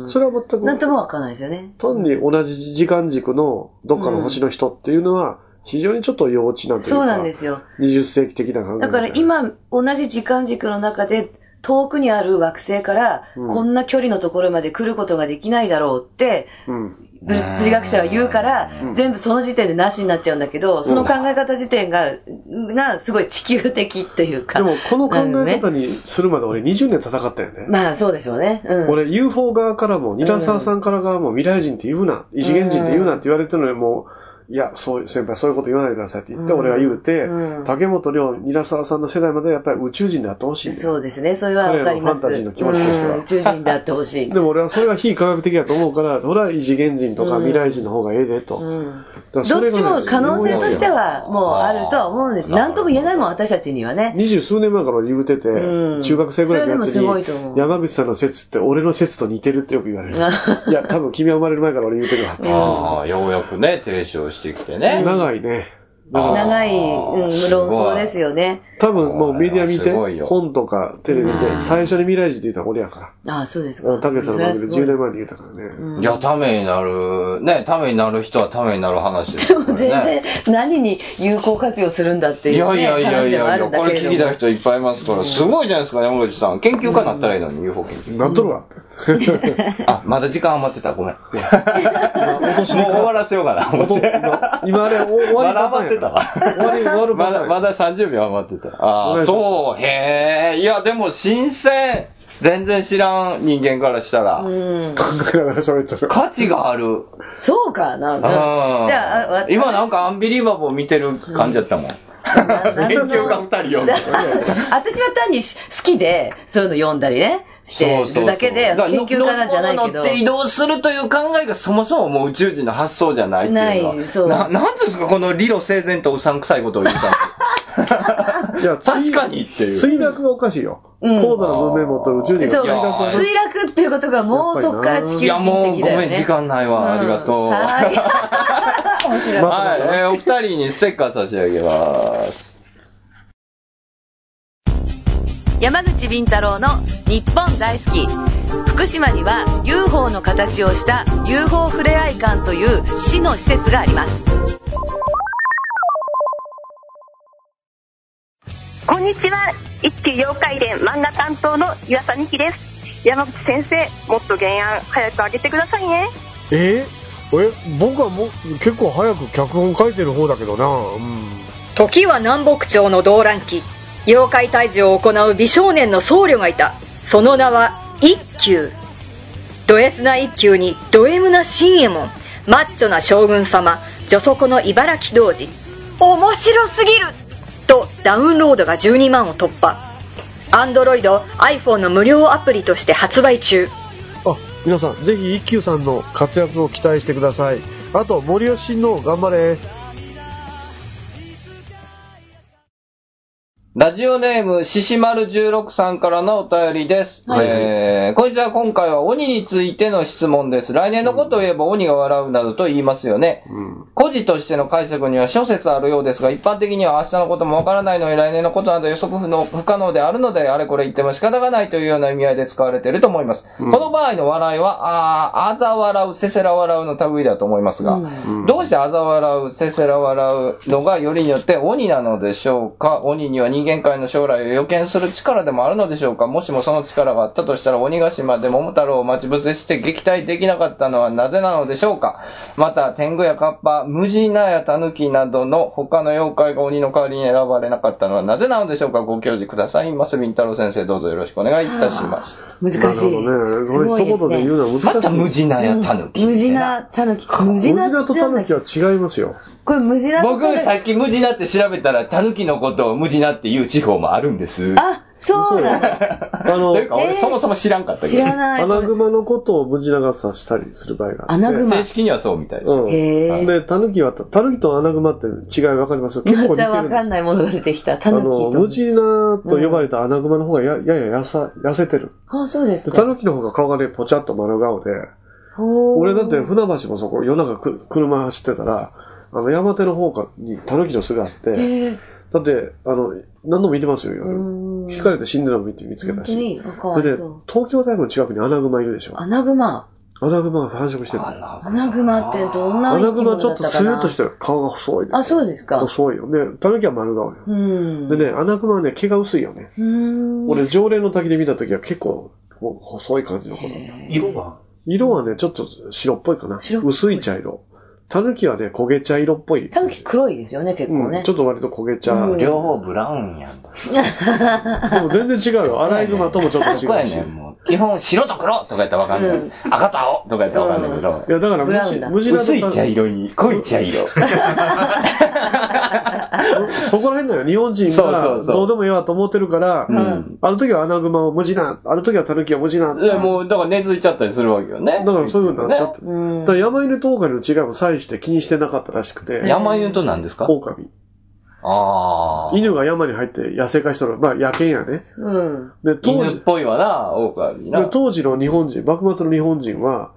うん。それは全く。なんともわかんないですよね。単に同じ時間軸のどっかの星の人っていうのは、非常にちょっと幼稚なんというか、そうなんですよ。 20世紀的な考えだから今、同じ時間軸の中で、遠くにある惑星から、うんこんな距離のところまで来ることができないだろうって、うん。物理学者は言うから、うん全部その時点でなしになっちゃうんだけど、その考え方時点が、がすごい地球的っていうか。でも、この考なえる方ねにするまで俺20年戦ったよね。まあそうでしょうね。うん。俺 UFO 側からも、ニラサーさんから側も、未来人って言うな、異次元人って言うなって言われてるのに、もう、いや、そういう、先輩そういうこと言わないでくださいって言って、うん俺が言うてうん、竹本涼、ニラサーさんの世代までやっぱり宇宙人であってほしいね。そうですね。それはわかります。彼らのファンタジーの気持ちとしてはうん宇宙人であってほしい。でも俺はそれは非科学的だと思うから、俺は異次元人とか未来人の方がええでと。うんどっどっちも可能性としてはもうあるとは思うんです。なるほどなんとも言えないもん、私たちにはね。二十数年前から俺言うてて、うん中学生ぐらいのやつそれでもすごいにと思、う山口さんの説って俺の説と似てるってよく言わ れる。ういや、多分君は生まれる前から俺言うてるわって。ああ、ようやくね、提唱してきてね。長いね。だから長い、うん、すごい論争ですよね。多分もうメディア見すごいて、よ本とかテレビうんで、最初に未来人って言ったら俺やかああ、そうですら。うか。ん、たけしさんの番組でそれ10年はすご前に言ったからね。いいや、ためになる、ね、ためになる人はためになる話ですようんこれ全ね。然何に有効活用するんだっていいう、やね。いやいやい話ではあやいるや、んだこけれれど聞もきたい人いっぱいいますから、すごいじゃないですか、山口さん。研究家になったらいいのに、UFO 研究。なっとるわ。あ、まだ時間余ってた、ごめん。もう 落とし終にわらせようかな、思おっとて。今今あれ、お終わまりだパターン余ってやたから。わ。終わり、終わるパまターンだ、や。まだ30秒余ってた。あごめんあ、なさいそう、へえ。いや、でも新鮮。全然知らん人間からしたら、うん。感覚ながら喋ってる。価値がある。そうかな。うんじゃああわ今なんかアンビリバボー見てる感じやったもん。な研究家二人読んで。私は単にし好きで、そういうの読んだりね、してるだけそで、うそうそう研究家なんじゃないだからけ乗どっ。て移動するという考えがそもそももう宇宙人の発想じゃないっていうのは。ないそうななんつうんですか、この理路整然とうさんくさいことを言 ったのい や確かにっていう。墜落がおかしいよ。うん高度な文明持ってる宇宙人がそう、墜いや落ー墜落っていうことがもうそこから地い球やもう人ご的だよね。めん、時間ないわ。ありがとう。んはーい。面白い。 まはい、えーお二人にステッカー差し上げます。山口敏太郎の日本大好き福島には UFO の形をした UFO ふれあい館という市の施設がありますこんにちは一級妖怪伝漫画担当の岩佐美希です山口先生もっと原案早く上げてくださいねええ僕はもう結構早く脚本書いてる方だけどな、うん、時は南北朝の動乱期妖怪退治を行う美少年の僧侶がいたその名は一休ド S な一休にド M な新右衛門マッチョな将軍様女底の茨城童子面白すぎるとダウンロードが12万を突破アンドロイド iPhone の無料アプリとして発売中あ皆さんぜひ一休さんの活躍を期待してくださいあと森吉の頑張れラジオネーム、ししまる16さんからのお便りです。はいえー、こちら今回は鬼についての質問です。来年のことを言えば鬼が笑うなどと言いますよね。うん。個人としての解釈には諸説あるようですが、一般的には明日のこともわからないのに来年のことなど予測不能不可能であるので、あれこれ言っても仕方がないというような意味合いで使われていると思います。うんこの場合の笑いは、あーあざ笑う、せせら笑うの類だと思いますが、んどうしてあざ笑う、せせら笑うのがよりによって鬼なのでしょうか鬼には人間界の将来を予見する力でもあるのでしょうかもしもその力があったとしたら鬼ヶ島で桃太郎を待ち伏せして撃退できなかったのはなぜなのでしょうかまた、天狗やカッパ、ムジナやタヌキなどの他の妖怪が鬼の代わりに選ばれなかったのはなぜなのでしょうかご教示ください。ますびんたろう先生どうぞよろしくお願いいたします。難しいなるほどね。すこごれいで一す言で言うねのは難しい。またムジナやタヌキ。無地なたぬき無無地事ななとタヌキは違いますよ。これ無地なたぬ僕、きさっき無地なって調べたら、タヌキのことを無地なっていう地方もあるんです。あそうなのあとのい、うか、俺そもそも知らんかったけ知ど。らないアナグマのことをムジナが指したりする場合があって。アナグマ正式にはそうみたいです。うん。へーで、タヌキは、タヌキとアナグマって違い分かりますよ。結構ま似てたわるんでかんす。ないものが出てきたたあぬきの、とムジナと呼ばれたアナグマの方がややややさ痩せてる。あそうですでタかヌキの方が顔がね、ぽちゃっと丸顔で、俺俺だって船橋もそこ、夜中く車走ってたら、あの、山手の方かにタヌキの巣があって、えだって、あの、何度も見てますよ、夜。聞引かれて死んでるのを見て見つけ本た当し。にあかそわいれでそう、東京大学の近くにアナグマいるでしょ。アナグマアナグマが繁殖してる。アあアナグマってどんなナ生きグ物マちょだっっとたスかーッなとしてる。顔が細い。あそうですか細いよね。タヌキは丸顔よ。うんでね、アナグマはね、毛が薄いよね。うん俺、常連の滝で見た時は結構、ほ細い感じの子だった。色が色はね、ちょっと白っぽいかな。白っぽい薄い茶色。タヌキはね、焦げ茶色っぽい。タヌキ黒いですよね、結構うねん、ち。ょっと割と焦げ茶。うんで両方ブラウンやん。も全然 違うよ。アライグマともちょっと違うし。そこやねん、もう。基本、白と黒とかやったらわかんない。うん赤と青とかやったらわかんないけどい。や、だからブラウンだ無地、無薄地いな茶色に、濃い茶色。そこら辺だよ。日本人そうそがうそうどうでもええわと思ってるから、んあの時はアナグマを無地な、あの時はタヌキは無地な。いや、もう、だから根付いちゃったりするわけよね。だからそういう風になっちゃって。うんだから山犬と狼の違いも際して気にしてなかったらしくて、山犬と何ですか狼。ああ。犬が山に入って野生化したの、まあ野犬やね。うん。で、当犬っ時、ぽいわな、狼でな。当時の日本人、幕末の日本人は、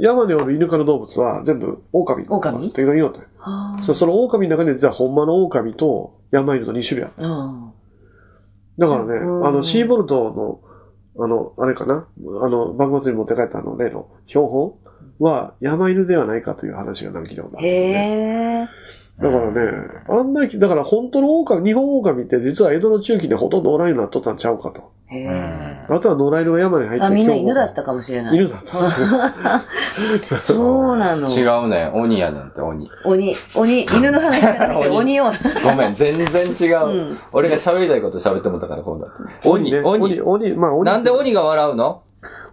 山におる犬科の動物は全部狼。狼っていうのにおったよはあそその狼の中で、じゃあ、ほんまの狼と、山犬と2種類ある。うんだからね、うんあの、シーボルトの、あの、あれかな、あの、幕末に持って帰ったあの、例の標本は、山犬ではないかという話がなんか聞いたことある、ね。へえ。だからね、あんな、だから本当の狼、日本狼って実は江戸の中期でほとんど野良犬になっとったんちゃうかと。へうえ。ん。あとは野良犬が山に入ってあ、みんな犬だったかもしれたない。犬だった。そうなの。違うね。鬼やねんって、鬼。鬼、鬼、犬の話じゃな くて鬼鬼を。ごめん、全然違う。うん俺が喋りたいこと喋ってもったから、今度。鬼、ね鬼。 鬼、まあ鬼。なんで鬼が笑うの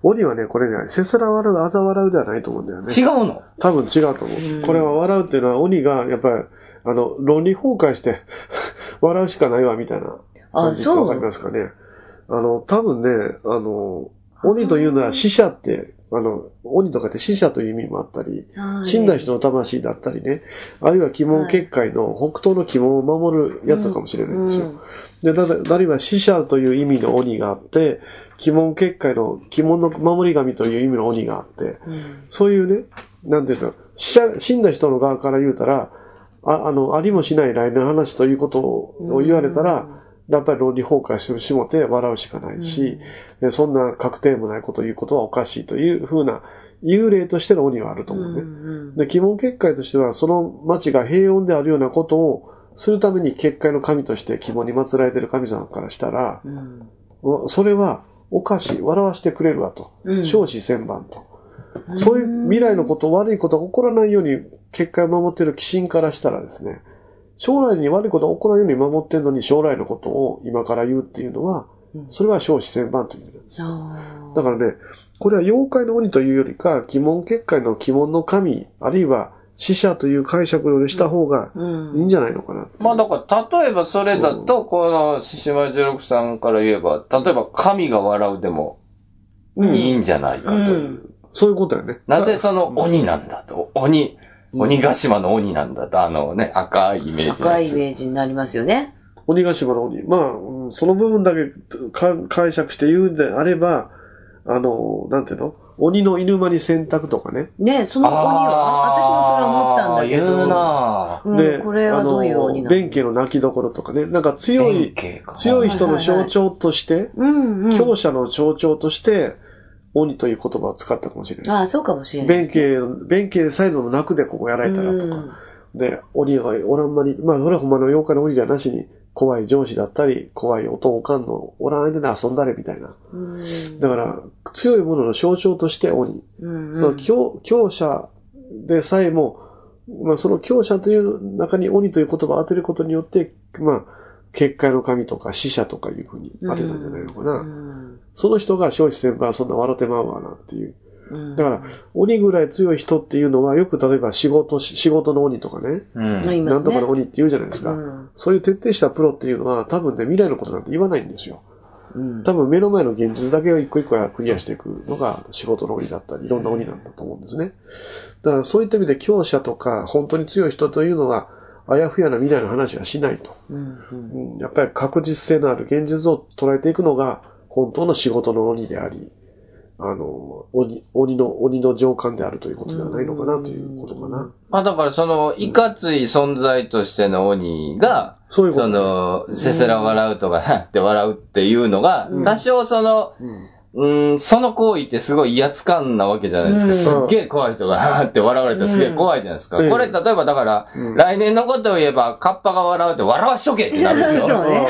鬼はね、これね、せすら笑う、あざ笑うではないと思うんだよね。違うの多分違うと思う。これは笑うっていうのは、鬼が、やっぱり、あの、論理崩壊して、 笑うしかないわ、みたいな感じってあそわうかりますかね。あの、多分ね、あの、鬼というのは死者って、あの、鬼とかって死者という意味もあったり、死んだ人の魂だったりね、あるいは鬼門結界の、北東の鬼門を守るやつかもしれないんですよ。で、だ、だあるいは死者という意味の鬼があって、鬼門結界の、鬼門の守り神という意味の鬼があって、そういうね、なんていうか、死者、死んだ人の側から言うたら、ああの、ありもしない来年の話ということを言われたら、やっぱり論理崩壊してしもて笑うしかないし、でそんな確定もないことを言うことはおかしいというふうな、幽霊としての鬼はあると思うね。で、鬼門結界としては、その町が平穏であるようなことをするために結界の神として鬼門に祀られている神様からしたら、おそれはおかしい、笑わしてくれるわと。少子千万と。そういう未来のこと、悪いことが起こらないように結界を守っている鬼神からしたらですね、将来に悪いことが起こらないように守っているのに将来のことを今から言うっていうのは、それは少子千万という意味なんです。だからね、これは妖怪の鬼というよりか、鬼門結界の鬼門の神、あるいは死者という解釈よりした方がいいんじゃないのかな。まあだから、例えばそれだと、この、獅子丸十六さんから言えば、例えば神が笑うでも、いいんじゃないかという。そういうことだよね。なぜその鬼なんだと、鬼、鬼ヶ島の鬼なんだと、あのね、赤いイメージの赤やいイつ。メージになりますよね。鬼ヶ島の鬼。まあ、うんその部分だけか解釈して言うんであれば、あの、なんていうの鬼の犬間に洗濯とかね。ねその鬼を、あ私もそれ思ったんだけど。言うなぁ。うん、これはどういう鬼なの弁慶の泣きどころとかね。なんか強い、弁慶か強い人の象徴として、うんうん。強者の象徴として、鬼という言葉を使ったかもしれない。ああ、そうかもしれない。弁慶、弁慶サイドの泣くでここやられたらとか。で、鬼がおらんまに、まあ、それはほんまの妖怪の鬼じゃなしに、怖い上司だったり、怖いおとんおかんのおらん間で遊んだれみたいな。うん。だから、強いものの象徴として鬼。うんうんその強強者でさえも、まあ、その強者という中に鬼という言葉を当てることによって、まあ、結界の神とか死者とかいうふうに当てたんじゃないのかな。うんその人が少子先輩はそんな笑ってまうわなっていう。うんだから、鬼ぐらい強い人っていうのは、よく例えば仕事し、仕事の鬼とかね、うまあん。いますねなんとかの鬼って言うじゃないですか。うんそういう徹底したプロっていうのは、多分ね、未来のことなんて言わないんですよ。うん多分目の前の現実だけを一個一個クリアしていくのが仕事の鬼だったり、いろんな鬼なんだと思うんですね。だからそういった意味で強者とか本当に強い人というのは、あやふやな未来の話はしないと。うんうんやっぱり確実性のある現実を捉えていくのが本当の仕事の鬼であり、あの、鬼、鬼の、鬼の上官であるということではないのかなということかな。まあだからその、いかつい存在としての鬼が、そういうことその、せせら笑うとか、 はって笑うっていうのが、多少その、うんうん、その行為ってすごい威圧感なわけじゃないですか。すっげえ怖い人が、はって笑われたらすげえ怖いじゃないですか。うんこれ、例えばだから、うん来年のことを言えば、カッパが笑うって笑わしとけってなるでしそうょ。ね。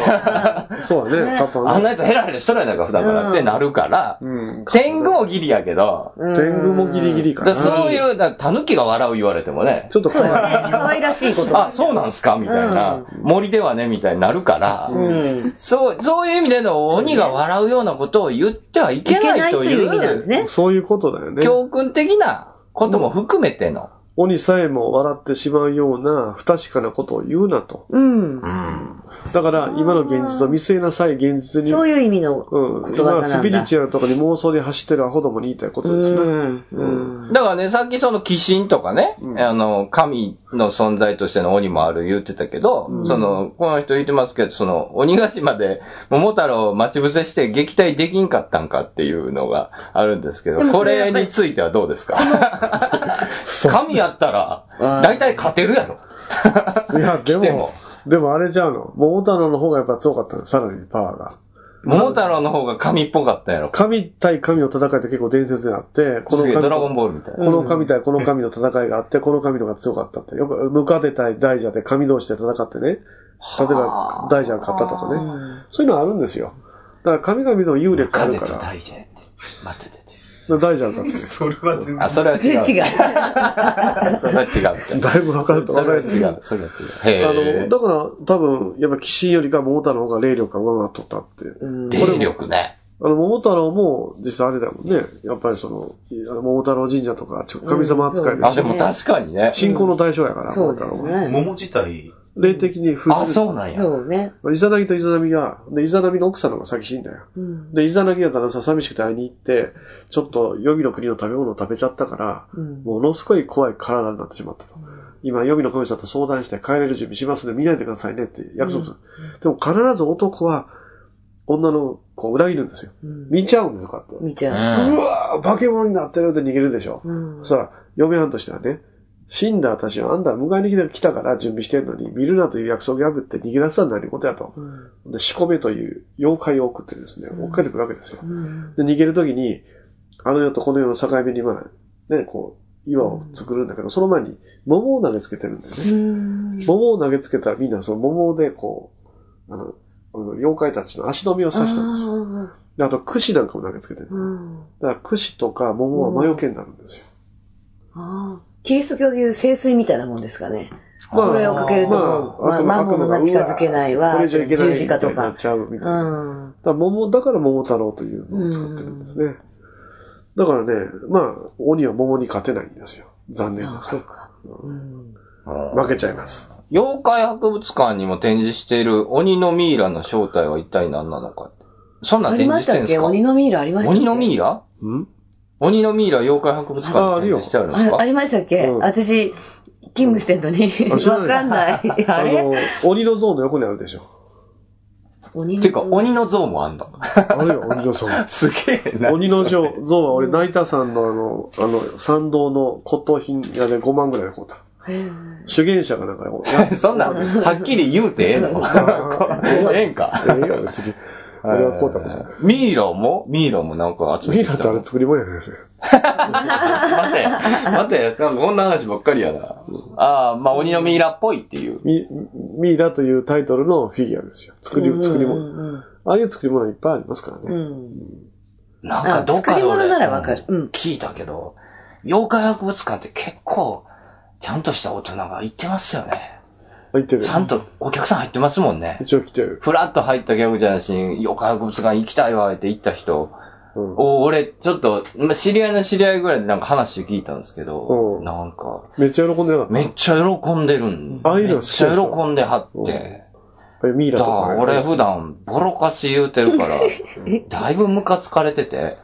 そうだね、ねパパ あね。んなやつヘラヘラしとるやないか、普段からってなるから、うん。天狗もギリやけど、天天狗もギリギリかだからな。そういう、だから狸が笑う言われてもね、ちょっとそう怖い。だね。可愛らしいこと。あ、そうなんすかみたいな、森ではね、みたいになるから、うん。そう、そういう意味での鬼が笑うようなことを言ってはいけないという意味なんですね。そういうことだよね。教訓的なことも含めての。鬼さえも笑ってしまうような不確かなことを言うなと。うん。うん。だから今の現実を見据えなさい、現実に。そういう意味のうん、ことわ今ざなスんピリだチ。ュアルとかに妄想で走ってるアホどもに言いたいことですね。うん。うんだからね、さっきその鬼神とかね、うんあの、神の存在としての鬼もある言ってたけど、その、この人言ってますけど、その、鬼ヶ島で桃太郎を待ち伏せして撃退できんかったんかっていうのがあるんですけど、こ れについてはどうですか神やったら、大体勝てるやろ。いや、で来てもも、でもあれちゃうの。桃太郎の方がやっぱ強かったの。さらにパワーが。桃太郎の方が神っぽかったやろ。神対神の戦いって結構伝説になって、このす神げえとドラゴンボールみたいこな。の神対この神の戦いがあって、この神の方が強かったって。よく、ムカデ対大蛇で神同士で戦ってね。例えば、大蛇が勝ったとかね。そういうのあるんですよ。だから神々の優劣ある風かとら、だか大蛇やって。待っててて。ら大蛇が勝つ。それは全あ、それは違う。違う。それは違う。だいぶ分かるとそ分かれはる違う。それは違あう。への、え。だから多分、やっぱ騎士よりか桃太郎の方が霊力が上回っとったって。霊力ね。あの、桃太郎も実際あれだもんね。やっぱりその、あの桃太郎神社とか、ちょ神様扱いであ、しでょ、も確かにね。信仰の対象やから、そ桃うで太す郎は。部ね。桃自体、霊的に不あ、そうなんや。そうね。イザナギとイザナミが、で、イザナミの奥さんの方が先死んだよ。うん。で、イザナギが旦那さん寂しくて会いに行って、ちょっと予備の国の食べ物を食べちゃったから、うんものすごい怖い体になってしまったと。今、予備の神様と相談して帰れる準備しますんで見ないでくださいねって約束する。でも必ず男は、女の子を裏切るんですよ。うん見ちゃうんですよ、こうやって。見ちう。ゃうんわぁ、化け物になってるって逃げるでしょう。。うんそしたら、嫁はんとしてはね、死んだ私はあんた迎えに来たから準備してんのに、見るなという約束を破って逃げ出すのは何事やと。うんで、仕込めという妖怪を送ってですね、うん追っかけてくるわけですよう。んで、逃げるときに、あの世とこの世の境目に、まあ、ね、こう、岩を作るんだけど、その前に桃を投げつけてるんだよね。うん桃を投げつけたらみんなその桃でこう、あの、あの妖怪たちの足止めを刺したんですよ。であと、櫛なんかも投げつけてる。うんだから、櫛とか桃は魔除けになるんですよ。あーキリスト教でいう聖水みたいなもんですかね。まあこれをかけると、まあ、悪魔魔物が近づけないわ、これ以上いけない十字架とみたいになっか。ちゃうみたういな。だかん。ら桃、だから桃太郎というのを作ってるんですね。だからね、まあ、鬼は桃に勝てないんですよ。残念あなあ、そうがか。うんら。負けちゃいます。妖怪博物館にも展示している鬼のミイラの正体は一体何なのかって。そんなあんり展ま示ししてたんでっすけか鬼のミイラありましたっけ鬼のミイラうん鬼のミイラ妖怪博物館ああにるよ展示してあるんですあかありましたっけ、うん私、勤務してんのに。あ知らわかんない。ああれの、鬼の像の横にあるでしょ。鬼てか、鬼の像もあんだ。あるよ、鬼の像。すげえ な。鬼の像像は俺、成田さんのあの、あの、参道の骨董品屋で5万ぐらいで買うた。主言者がなんか、や そんなん、はっきり言うてえ えの ええんか。ええよ、別に。俺はこうだもん。ミイラもミイラもなんか集めミイてラきた。ってあれ作り物やね。待て、待て、なんかこんな話ばっかりやな。ああ、まあ鬼のミイラっぽいっていう。ミミイラというタイトルのフィギュアですよ。作り、作り物。物。ああいう作り物いっぱいありますからうね。ん。なんあかどっかで作り物俺ならわかるうん聞いたけど、妖怪博物館って結構、ちゃんとした大人が行ってますよね。入ってるち。ゃんとお客さん入ってますもんね。一応来てる。フラッと入ったギャグじゃなしに、妖怪博物館行きたいわ、って行った人。うんお俺、ちょっと、まあ、知り合いの知り合いぐらいでなんか話聞いたんですけど、うんなんか、めっちゃ喜んでなかった。めっちゃ喜んでるん。ああいうのめ好っきでちしょゃ喜んではって。やっぱりミイラだとか。から俺普段、ボロカス言うてるから、だいぶムカつかれてて、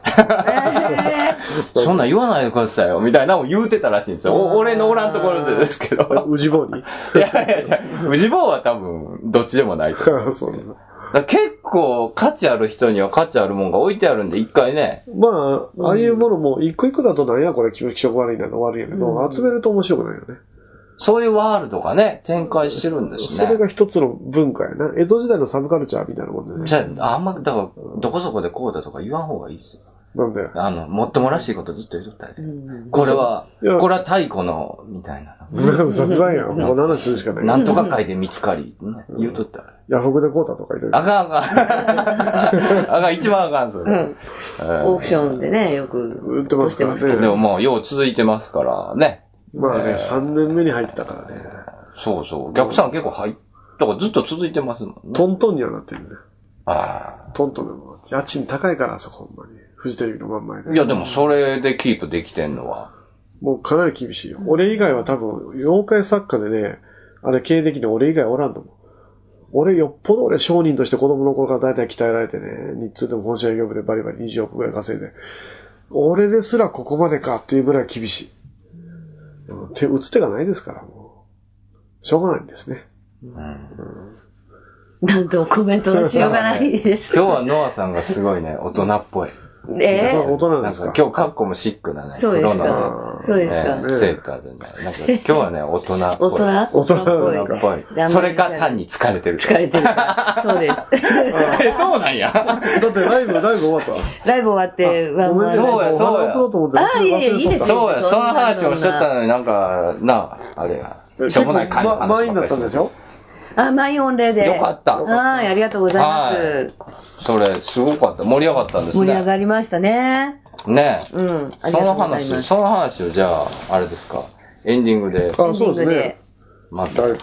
そんなん言わないでくださいよ、みたいなのを言うてたらしいんですよ。お俺のおらんところでですけ ど。宇治棒にいやいやいや、宇治坊は多分、どっちでもないと。ああそうなんだだから結構、価値ある人には価値あるもんが置いてあるんで、一回ね。まあ、ああいうものも、一個一個だとなんやこれ気色悪いなの悪いんやけど、集めると面白くないよね。そういうワールドがね、展開してるんですそれね。が一つの文化やな。江戸時代のサブカルチャーみたいなもんでね。じゃあ、あんま、だから、どこそこでこうだとか言わん方がいいですよ。なんだよ。あの、もっともらしいことずっと言っとったらうねんこれは、いやこれは太古の、みたいな。散々やん。もう話するしかない。なんとか界で見つかり、ね言うとったら。ヤフオクでこうだとかいろいろあ。かんあかん。あかん、一番あかん、それ。うんオークションでね、よく売落ってまとすかしてらまねすけど。でももう、よう続いてますから、ね。まあえね、ー3年目に入ったからね。そうそう。逆算結構入っだからずっと続いてますもんね。トントンにはなってるね。あトントンでも、家賃高いから、あそこほんまに。フジテレビの真ん前あで。いや、でもそれでキープできてんのは。もうかなり厳しいよ。俺以外は多分、妖怪作家でね、あれ経営的に俺以外おらんと思う。俺よっぽど俺商人として子供の頃から大体鍛えられてね、日通でも本社営業部でバリバリ20億ぐらい稼いで、俺ですらここまでかっていうぐらい厳しい。うん手、打つ手がないですから、もう。しょうがないんですね。うんなんともコメントのしようがない です。今日はノアさんがすごいね、大人っぽい。えまあ大人なんですなかんか今日カッコもシックなね、そうですか黒のねそうですかねセーターでね。なんか今日は ね、大人っぽ大い。人大人なんですかっぽいっぽい。それか単に疲れてる疲れてるから。そうです。 え、そうなんや。だってライブ、ライブ終わった。ライブ終わって、ワンごめんワなンさいそうやお花送ろうと思って。そう忘やれとったあいえいえいいですよ そうや、その話をしとったのになんか、なあ、あれや。しょうもない会結の構ま満話員ばだっったんかでりしょあ、満員御礼で。よかったはい、ありがとうございます。それ、すごかった。盛り上がったんです盛り上ね。がりましたね。ねえ。うん、あそりのがとうございま話、す。その話をじゃあ、あれですか。エンディングで、あ、そうですね。またラ。イブ。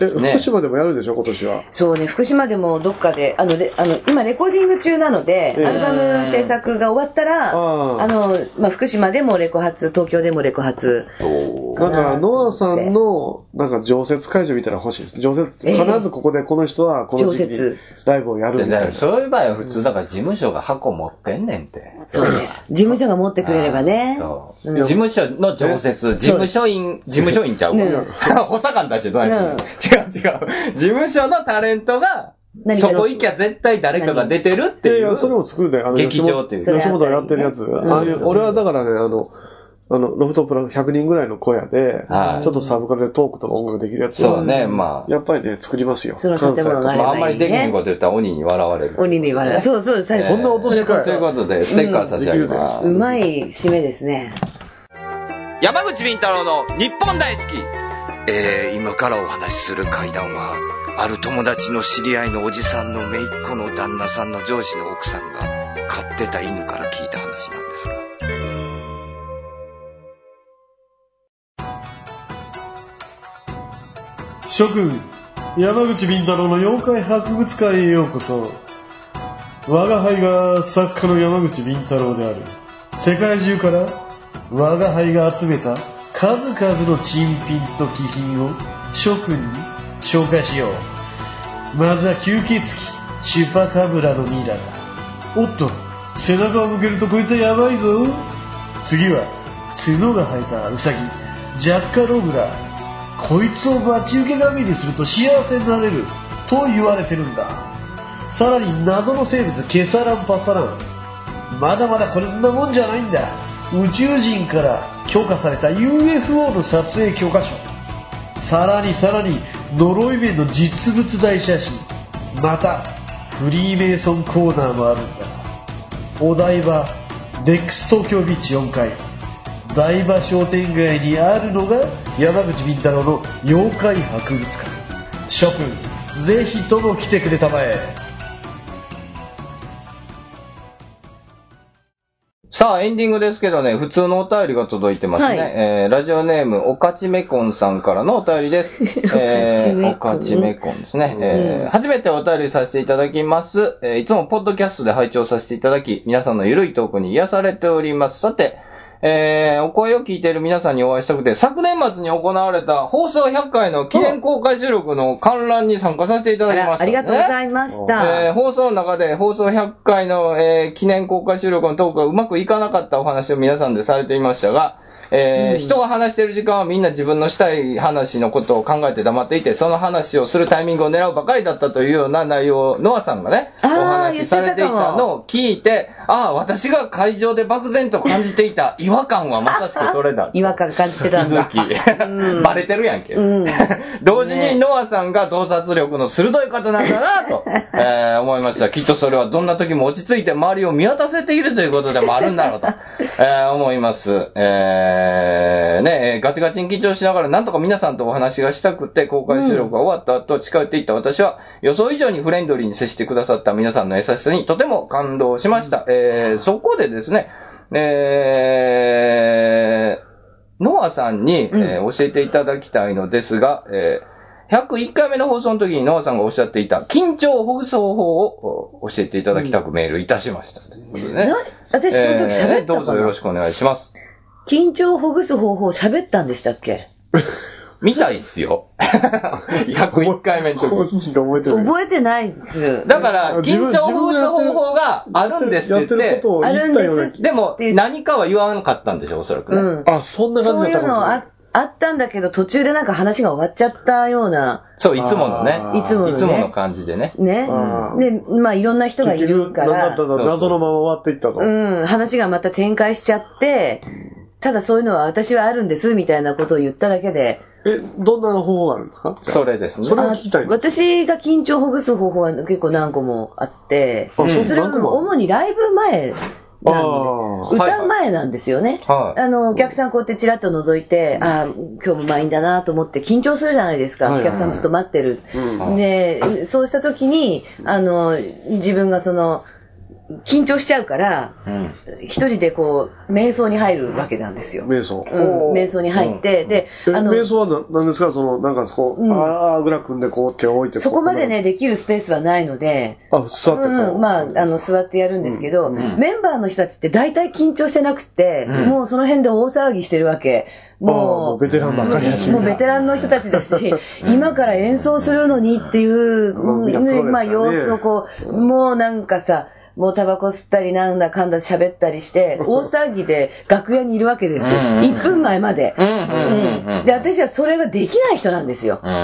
え、ね福島でもやるんでしょ今年は。そうね、福島でもどっかで、あの、であの今レコーディング中なので、ええアルバム制作が終わったら、あああの、まあ、福島でもレコ発、東京でもレコ発。そうなんか、ノアさんの、なんか、常設会場みたいなの欲しいです。常設、ええ必ずここでこの人は、この時期常設にライブをやるでみたいねな。そういう場合は普通、だから事務所が箱持ってんねんて。そうです。事務所が持ってくれればね。そう。うん事務所の常設、事務所員、事務所員ちゃうねわ。 補佐官出してどないするの違う違う。事務所のタレントが、何かそのこ行きゃ絶対誰かが出てるっていやいいうや、。それも作るね。あの、劇場っていう吉本吉本がやってるやつ。ああいそうう、そう俺はだからね、あの、あの、ロフトプラ100人ぐらいの小屋で、はいちょっとサブカルでトークとか音楽できるやつをそうね、まあ。やっぱりね、作りますよ。その建物があれまあ、あんまばいりいできないねこ。と言ったら鬼に笑われる。鬼に言われる。そうそう、最えー初。そんな落としかいということで、ステッカー差し上げます。うまい締めですね。山口敏太郎の日本大好きえー、今からお話しする会談は、ある友達の知り合いのおじさんの姪っ子の旦那さんの上司の奥さんが飼ってた犬から聞いた話なんですが。諸君、山口敏太郎の妖怪博物館へようこそ。我が輩が作家の山口敏太郎である。世界中から我が輩が集めた数々の珍品と気品を諸君に紹介しよう。まずは吸血鬼、チュパカブラのミイラだ。おっと、背中を向けるとこいつはやばいぞ。次は、角が生えたウサギ、ジャッカログラこいつを待ち受け神にすると幸せになれると言われてるんださらに謎の生物ケサランパサランまだまだこんなもんじゃないんだ宇宙人から許可された UFO の撮影許可書さらにさらに呪い面の実物大写真またフリーメイソンコーナーもあるんだお台場デックス東京ビーチ4階台場商店街にあるのが山口敏太郎の妖怪博物館諸君ぜひとも来てくれたまえさあ、エンディングですけどね、普通のお便りが届いてますね。はいえー、ラジオネーム、おかちめこんさんからのお便りです。 えー、おおかかちちめめこんですね。えー、初めてお便りさせていただきます。えー、いつもポッドキャストで拝聴させていただき、皆さんのゆるいトークに癒されております。さて、えー、お声を聞いている皆さんにお会いしたくて、昨年末に行われた放送100回の記念公開収録の観覧に参加させていただあきました、ら、ありがとうございました。えー放送の中で放送100回の、えー記念公開収録のトークがうまくいかなかったお話を皆さんでされていましたが、えー人が話している時間はみんな自分のしたい話のことを考えて黙っていて、その話をするタイミングを狙うばかりだったというような内容を、ノアさんがね、おあー話しされていたのを聞いて、ああ、私が会場で漠然と感じていた違和感はまさしくそれだ。違和感感じて気たんだ。づうんき、 バレてるやんけ。うん。同時ねにノアさんが洞察力の鋭い方なんだなと、えー思いました。きっとそれはどんな時も落ち着いて周りを見渡せているということでもあるんだろうと、えー思います。えーね、えーガチガチに緊張しながらなんとか皆さんとお話がしたくて公開収録が終わった後近寄っていった私は予想以上にフレンドリーに接してくださった皆さんの優しさにとても感動しました。えーそこでですね、えーノアさんに、んえー教えていただきたいのですが、えー101回目の放送の時にノアさんがおっしゃっていた緊張をほぐす方法をお教えていただきたくメールいたしました。ということでねな。私、その時え喋ーっどたうかぞよなろしくお願いします。緊張をほぐす方法を喋ったんでしたっけ見たいっすよ。101回目の時。人覚えて覚えてないです。だから、自分緊張をほぐす方法があるんですって言っやっててるこ、とを言ったような気でもって何かは言わなかったんでしょ、おそらくうね。ん。あそんな感そうじいだっうたのかああったんだけど、途中でなんか話が終わっちゃったような、そう、いつものね。あいつものいつものね。感じでね。ねあ。ーで、まあいろんな人がい結る局か何だったら、んだ謎のまま終わっていったと、うん、話がまた展開しちゃって、ただそういうのは私はあるんです、みたいなことを言っただけで。え、どんな方法があるんですかそれですねそれを聞きたいんです。私が緊張をほぐす方法は結構何個もあって、あそうそれは何個ももう主にライブ前あなんあで、歌う前なんですよね。はいあの、お客さんこうやってチラッと覗いて、ああ、今日も満員だなと思って緊張するじゃないですか。はいお客さんずっと待ってる。ー。で、そうした時に、あの、自分がその、緊張しちゃうから、うん。一人でこう、瞑想に入るわけなんですうよん。。瞑想。うん、瞑想に入って、で、えあの、瞑想はな何ですかその、なんかこう、うんあーあーぐら組んでこう手を置いてうそこまでね、。できるスペースはないので、あ、座ってこう。うん、まあ、あの、座ってやるんですけど、うんうんメンバーの人たちって大体緊張してなくて、うんもうその辺で大騒ぎしてるわけ。あーももうう、ベテランばっかりだし。もうベテランの人たちだし、今から演奏するのにっていうう、んうんそうですよねまあ様子をこう、もうなんかさ、もうタバコ吸ったりなんだかんだ喋ったりして、大騒ぎで楽屋にいるわけですよ。うんうん1分前まで。うんうんうんうんで、私はそれができない人なんですよ。うん。うん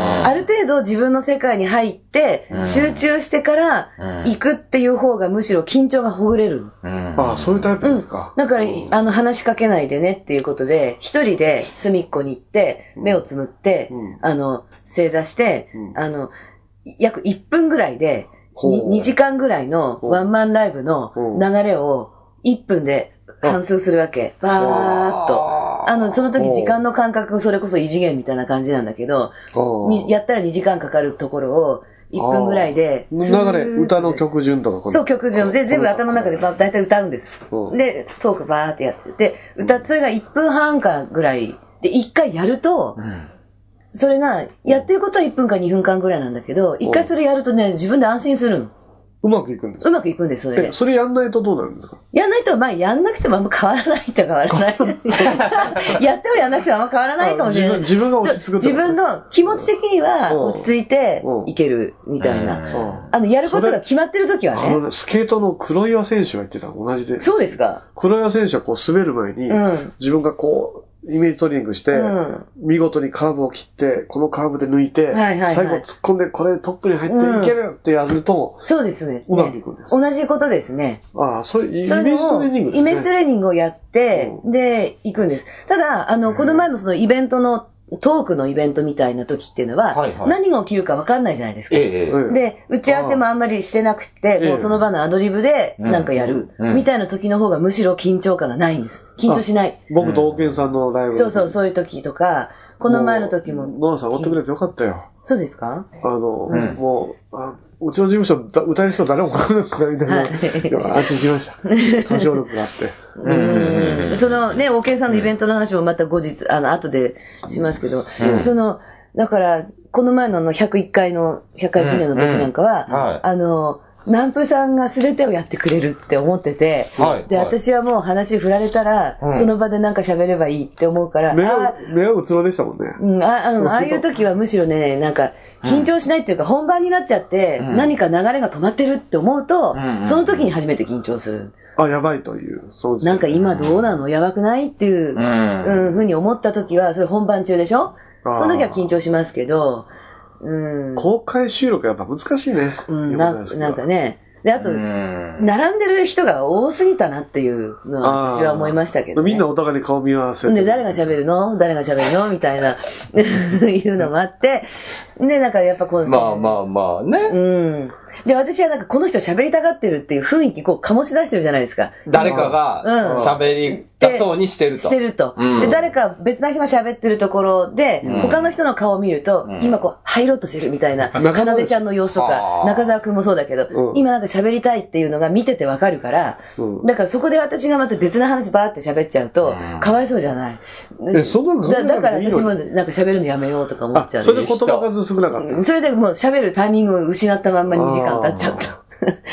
あある程度自分の世界に入ってう、ん集中してからうん行くっていう方がむしろ緊張がほぐれる。うんあー、そういうタイプうでんすか。。だから、あの、話しかけないでねっていうことで、一人で隅っこに行って、目をつむってうん、あの、正座してう、んあの、約1分ぐらいで、ほう2時間ぐらいのほうワンマンライブのほう流れを1分で完遂するわけ。わーっと。あの、その時時間の感覚、それこそ異次元みたいな感じなんだけあど、ーにやったら2時間かかるところを1分ぐらいで、流れ、歌の曲順とかこれそう、曲順で全部頭の中でば大体歌うんですう。んで、トークバーってやってて、歌、それが1分半かぐらいで1回やると、それが、やってることは1分か2分間ぐらいなんだけど、1回それやるとね、自分で安心するの。うまくいくんですうかまくいくんです、それえで、。それやんないとどうなるんですかやんないと、まあ、やんなくてもあんま変わらないと変わら ない。やってもやんなくてもあんま変わらないかもしれない。あ自分自分が落ち着くってこと自分の気持ち的にはうん落ち着いていけるみたいな。うんあの、やることが決まってる時はあのね。ね、スケートの黒岩選手が言ってたの同じで。そうですか。黒岩選手はこう滑る前に、うん自分がこう、イメージトレーニングして、うん見事にカーブを切って、このカーブで抜いて、はいはいはい最後突っ込んで、これトップに入うっんていけるってやると、そうですね。うまくいくんですね同じことですね。ああ、そういうイメそーれジトをレーニングですね。イメージトレーニングをやって、うで、行くんです。ただ、あの、この前のそのイベントの、トークのイベントみたいな時っていうのは、はいはい何が起きるか分かんないじゃないですか。ええ。うんで、打ち合わせもあんまりしてなくて、ええもうその場のアドリブでうんなんかやる、うんみたいな時の方がむしろ緊張感がないんです。緊張しない。僕とオーケンさんのライブ、そうそう、そういう時とか、この前の時も。ノアさん、追ってくれてよかったよ。そうですかあの、うんもう、あうちの事務所だ、歌える人誰も来なくなったみたいな、はいでも安心しました。 歌唱力があって。うんうんうんそのね、オーケーさんのイベントの話もまた後日、あの、後でしますけど、うんその、だから、この前のあの、101回の、100回記念の時なんかは、うんうんはいあの、南風さんが全てをやってくれるって思ってて、はいで、はい私はもう話振られたら、うんその場でなんか喋ればいいって思うから、目あは、目はうつろでしたもんね。ーうん、ああのああいう時はむしろね、なんか、緊張しないっていうか、本番になっちゃって、うん何か流れが止まってるって思うと、うんうんその時に初めて緊張する。あ、やばいという。そうですねなんか今どうなのやばくないっていう、うんうんふうに思った時は、それ本番中でしょあーその時は緊張しますけど、うん。公開収録やっぱ難しいね。うん、日な本のんやつかはなんかね。で、あと、うん。並んでる人が多すぎたなっていうのは私は思いましたけど、ね。みんなお互いに顔見合わせて。で、誰が喋るの誰が喋るのみたいな、いうのもあって、で、なんかやっぱこう、まあまあまあね。うん。で、私はなんかこの人喋りたがってるっていう雰囲気こう醸し出してるじゃないですか。誰かがうん喋りたそうにしてると。してると。うんで、誰か別な人が喋ってるところで、うん他の人の顔を見ると、うん今こう入ろうとしてるみたいな、 中澤かなでちゃんの様子とかあ、ー中澤くんもそうだけど、うん今なんか喋りたいっていうのが見ててわかるから、うんだからそこで私がまた別な話バーって喋っちゃうと、うんかわいそうじゃない。えそんなの考えだなだくからていいのに私もなんか喋るのやめようとか思あっちゃう、んそれで言葉数少なかった。うんそれでもう喋るタイミングを失ったまんま2時間経っちゃった。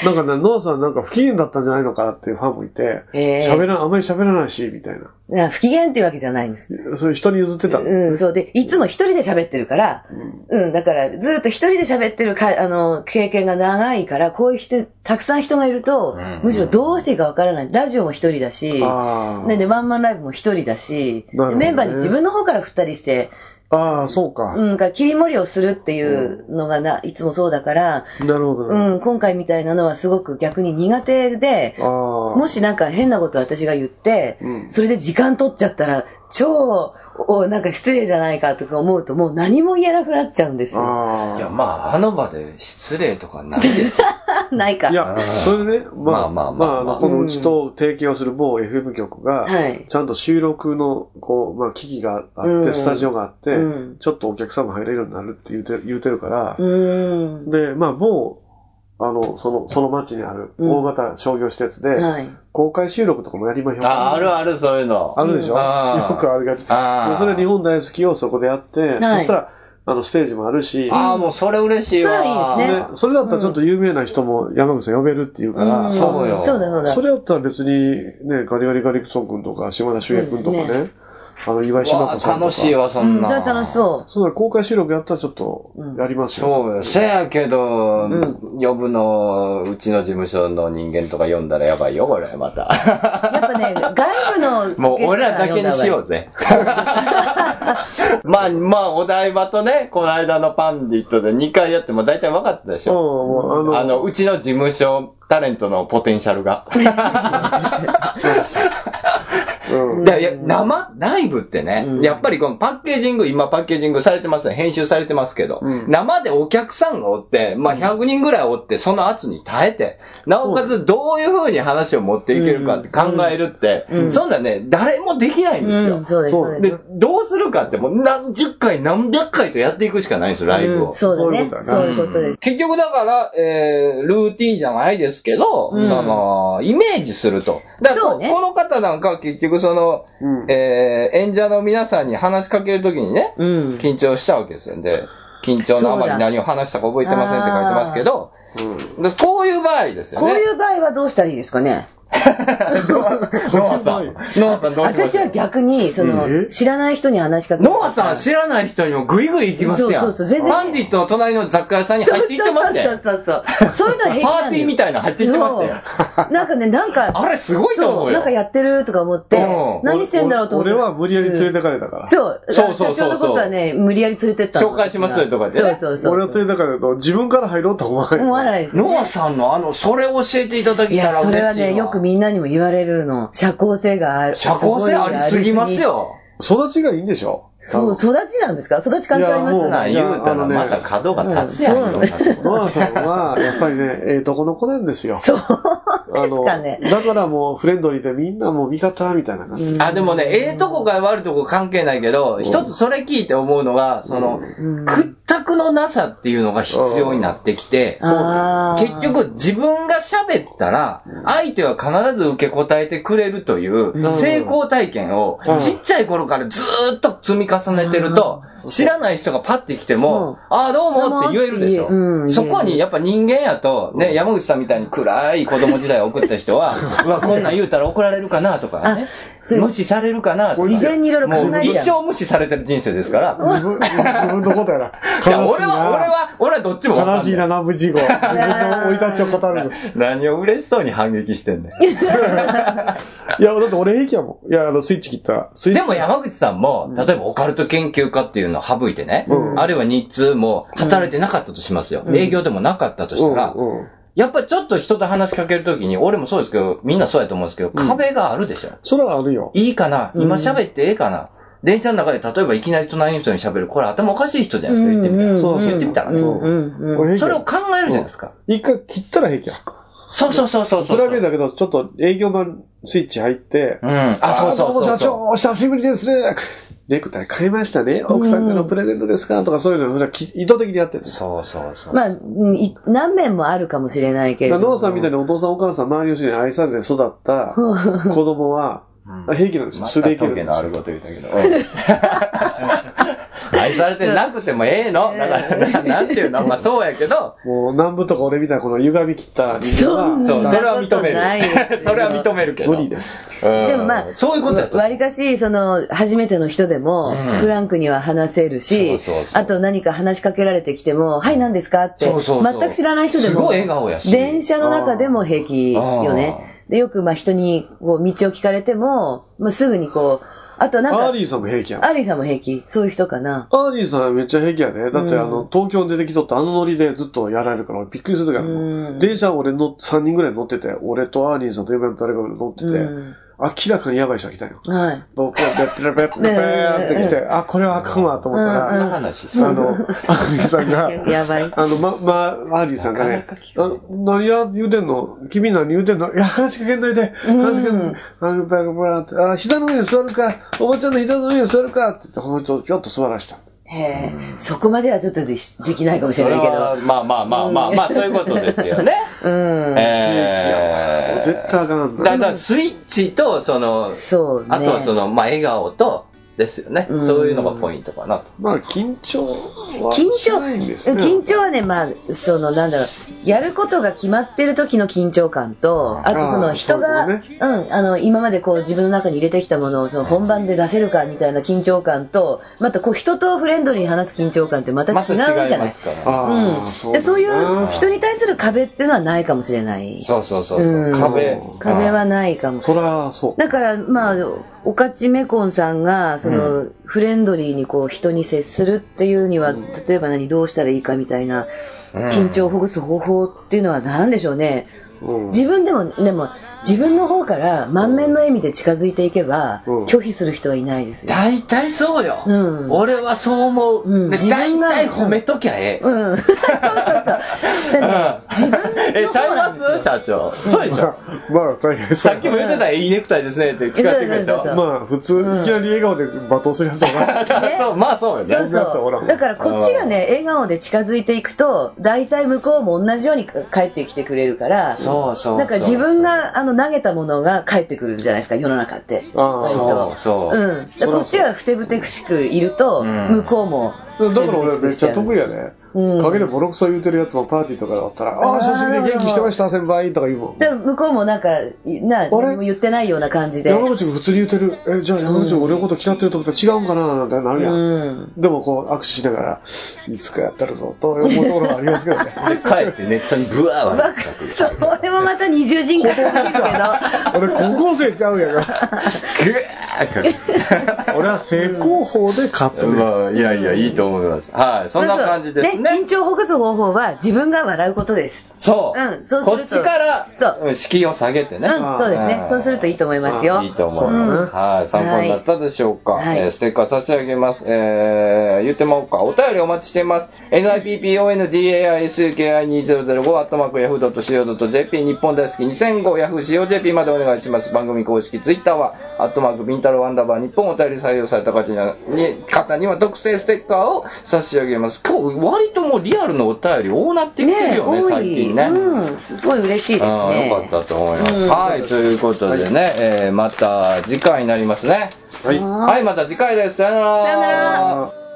なんかね、ノアさんなんか不機嫌だったんじゃないのかなっていうファンもいて、 えー喋らん、あんまり喋らないし、みたいな。だから不機嫌っていうわけじゃないんです。そういう人に譲ってた。うん、そうで、いつも一人で喋ってるから、うん、だから、ずっと一人で喋ってるか、あの、経験が長いから、こういう人、たくさん人がいると、うんむしろどうしていいかわからない。ラジオも一人だし、ああ。ね、で、ワンマンライブも一人だし、なるほどねメンバーに自分の方から振ったりして、ああ、そうか。うん、が切り盛りをするっていうのがな、いつもそうだから、なるほど、ね。うん、今回みたいなのはすごく逆に苦手で、ああ。もしなんか変なこと私が言って、うんそれで時間取っちゃったら、超、おなんか失礼じゃないかとか思うと、もう何も言えなくなっちゃうんですよ。ああ。いや、まあ、あの場で失礼とかないですよ。 ないか。いやあー、それでね、まあ、ままああままああまああの、このうちと提携をする某 FM 局が、はいちゃんと収録の、こう、まあ、機器があって、うんスタジオがあって、うんちょっとお客様入れるようになるって言うて言うてるから、うーん。で、まあ、某、あの、その、その町にあるうん大型商業施設で、はい。公開収録とかもやりましょうあ、あるある、そういうの。あるでしょ、あーよくありがち。あーでそれ日本大好きをそこでやって、はいそしたら、あの、ステージもあるし、ああ、もうそれ嬉しいわ。それはいいですねでそれだったらちょっと有名な人も山口さん呼べるっていうから、んそうよそうだそうだ。それだったら別に、ね、ガリガリガリクソン君とか、島田秀平君とかそうでね、あの、岩井島わ子さんとか。あ楽しい。わ、そうんん、な。それ楽しそそうだ、公開収録やったらちょっとうん、やりますよ。そうよ。せやけど、呼ぶの、うちの事務所の人間とか呼んだらやばいよ、これ、まう。た。やっぱね、外部の。もう俺らだけにしようぜ。まあ、まあ、お台場とね、この間のパンディットで2回やっても大体分かったでしうん、ょ。もう、ああの、の、うちの事務所、タレントのポテンシャルが。うんだからいや生、ライブってね、うんやっぱりこのパッケージング、今パッケージングされてますね、編集されてますけど、うん生でお客さんがおって、まあ100人ぐらいおって、その圧に耐えて、なおかつどういう風に話を持っていけるかって考えるって、うんそんなね、誰もできないんですうよん、。そうです、そうで。、ですどうするかってもう何十回何百回とやっていくしかないんですよ、ライブを。うんそうだね。そそうういいうことです。結局だから、えー、ルーティンじゃないですけど、うんその、イメージすると。だからこそうねこの方なんかは結局その、うんえー、演者の皆さんに話しかけるときにね、うん。緊張したわけですよ。で、緊張のあまり何を話したか覚えてませんって書いてますけど、うんでこういう場合ですよこね。ういう場合はどうしたらいいですかね ノアさん。ノアさんどうします私は逆に、そえの、知らない人に話しかけノアさん知らない人にもグイグイ行きますやん。そうそうそう全然バンディットの隣の雑貨屋さんに入って行ってましたそよう。そうそうそう。そういうのは平気パなーんだよティーみたいなの入って行ってましたよ。そうなんかね、なんか、あれすごいと思そうう、よ。なんかやってるとか思ってうん、何してんだろうと思って。俺は無理やり連れてかれたから。そう、そうそうそうそう社長のことはね、無理やり連れてったの紹介しますよとかでそうそうそう。俺は連れてかれたと、自分から入ろうとは思わない。思わないですね。ノアさんのあの、それ教えていただいけたや、ら嬉しいそわれはね、よくみんなにも言われるの。社交性がある。社交性ありすぎます。よ。育ちがいいんでしょそう、育ちなんですか育ち関係ありますいやもうかならあい言やうたらまた角が立つやん。うんいろんなとこノアさんは、やっぱりね、 ええとこの子なんですよ。そう。あの、かねだからもうフレンドリーでみんなもう味方みたいな感じ。あ、でもね、ええとこか悪いとこ関係ないけど、一つそれ聞いて思うのが、その、うん屈託のなさっていうのが必要になってきて、あー結、局自分が喋ったら、相手は必ず受け答えてくれるという成功体験をうん、ちっちゃい頃からずーっと積み重ねてると、知らない人がパッて来ても、ああ、どうもって言えるでしどうもって言えうょ。んそこにやっぱ人間やと、ね、山口さんみたいに暗い子供時代を送った人 は、うわ、こんなん言うたら怒られるかなとかねあそう、無視されるかなとか。事前にいろいろ考もうえ一ちゃう。生無視されてる人生ですから。自分、自分のことやな。 いや、悲しい俺は、俺な。は、俺はどっちもわかんな悲しいな、南部事故。自分の生い立ちを語 るの。何を嬉しそうに反撃してんねん。いや、だって俺平気やもん。いや、あの、スイッチ切った。スイッチ。でも山口さんも、例えばオカルト研究家っていうのを省いてね、うんあるいは日通も働いてなかったとしますよ。営業でもなかったとしたら、うんうんやっぱりちょっと人と話しかけるときに、俺もそうですけど、みんなそうやと思うんですけど、壁があるでしょ。それはあるよ。いいかな今喋ってええかな、電車の中で例えばいきなり隣の人に喋る、これ頭おかしい人じゃないですか、言ってみたら。んそう言ってみたらね。うんうん俺そ平れ気をや考えるじゃないですか。一回切ったら平気や。そうそうそうそうそそう。れはけだけど、ちょっと営業マンスイッチ入ってう、ん。あ、そうそうそうそう。あどうも社長、お久しぶりですね。ネクタイ買いましたね。奥さんからのプレゼントですかとかそういうのをそれはき意図的にやってるんです。そうそうそう。まあ、うんい何面もあるかもしれないけれだからども。ノアさんみたいにお父さんお母さん周りの人に愛されて育 った子供はうん平気なんですよ。素でいけるんですよ。こと言ったけ ど。愛されてなくてもええの。だから、 ななんていうのまあそうやけど、もう南部とか俺みたいなこの歪み切った人そんはなそう、それはこと認めないですよる。それは認めるけど。無理です。うんでもまあ、そういうことやとわ。りかし、その、初めての人でもうん、フランクには話せるし、そうそうそうあと何か話しかけられてきても、はい、何ですかって、そうそうそう全く知らない人でも、すごい笑顔やし電車の中でも平気よね。でよく、まあ、人にこう道を聞かれても、まあ、すぐにこう、あとなんか、アーリーさんも平気やん。アーリーさんも平気そういう人かな。アーリーさんめっちゃ平気やね。だってあの、東京に出てきとったあのノリでずっとやられるから、俺びっくりするから、うん電車俺の3人ぐらい乗ってて、俺とアーリーさんと呼ばれ誰かが乗ってて、うん明らかにやばい人が来たんよ。はい。僕はペッペラペッペラペーンって来て、あ、これはあかんわと思ったうら、んそうんな話です。あの、アーリーさんが、やばい。あの、ま、ま、アーリーさんがね、あ何や言うてんの君何言うてんのいや、話しかけんといて、話しかけんといて、あの、ブラブラって、あ、膝の上に座るか、おばちゃんの膝の上に座るかって言って、ほんと、ぴょっと座らした。へえ、そこまではちょっとでしできないかもしれないけそれはど。まあまあまあまあまあ、そういうことですよね。 うん。えー 絶対あかんだな。からスイッチと、その、そうね。あとはその、まあ、笑顔と、ですよね。うんそういうのがポイントかなと。まあ、緊張は緊し張、ないんですね。緊張はね、まあ、その、なんだろう、やることが決まってる時の緊張感と、あとそあのー人が、そういうこうん、あの、今までこう自分の中に入れてきたものをその本番で出せるかみたいな緊張感と、またこう人とフレンドリーに話す緊張感ってまた違まうずじゃ違ないい。ますから。ああ、うん、でそういう人に。に対する壁っていうのはないかもしれない。そうそうそうそう、うん壁。壁はないかもしれないそら、そう。だから、まあ、おかちめこんさんが、その、フレンドリーにこう、人に接するっていうには、例えば何、どうしたらいいかみたいな、緊張をほぐす方法っていうのは何でしょうね。うん自分でも、でも、自分の方から満面の笑みで近づいていけば、うん拒否する人はいないですよ。大体そうよ。うん俺はそう思う。うんで自分が大体褒めときゃええ。うん。そうそうそう。うだってね、自分 え、のちゃ方なんいですますよ。社長。そうでしょ。まあ、大変そさっうき。も言ってた、いいネクタイですねって近づいてくるでしょ。そうそうそうまあ、普通、いきなり笑顔で罵倒するやつはな。ねそうまあそうよね。そうそんなやつはおらそんう。だからこっちがね、笑顔で近づいていくと、大体向こうも同じように帰ってきてくれるから、そうそうそうなんか自分があの投げたものが返ってくるじゃないですか、世の中って。ああ、割そとうそう。うん。だからこっちがふてぶてくしくいると、うん向こうも。だから俺めっちゃ得意やね。うん陰でボロクソ言うてるやつもパーティーとかだったら、ああ、久しぶり元気してました、先輩とか言うもん。でも向こうもなんか、いな、れ何も言ってないような感じで。山う口君普通に言うてる。え、じゃあ山口君俺のこと嫌ってると思ったら違うんかななんてなるやん。ん。でもこう握手しながら、いつかやったるぞと思うところがありますけどね。で帰ってネットにブワーまあは。それもまた二重人格なんだけど。俺高校生ちゃうんやかグワーかけてら。俺は正攻法で勝つね。まあ、いやいや、いいと思います。はい、 そんな感じですね。緊張をほぐす方法は自分が笑うことです。そう。うんそうすこるっとちから、そううん敷居を下げてうね。ん、あーそうですねあ。ーそうするといいと思いますよ。いいと思いまそうす。だねはい、参考になったでしょうか。はいえーステッカー差し上げます。えー、言ってもらおうか。お便りお待ちしています。nippondai.suki2005.yahoo.co.jp 日本大好き 2005yahoo.co.jp までお願いします。番組公式ツイッターは、アットマークビンタローアンダーバー日本お便り採用された方にはに方には特製ステッカーを差し上げます。今日、割ともうリアルのお便り多なってきてるよね、多最い。近ね。うん、すごい嬉しいですああね。よかったと思います。うんはい、ということでね、えーまた次回になりますね。はい。はい、また次回です。さよなら。さよならあー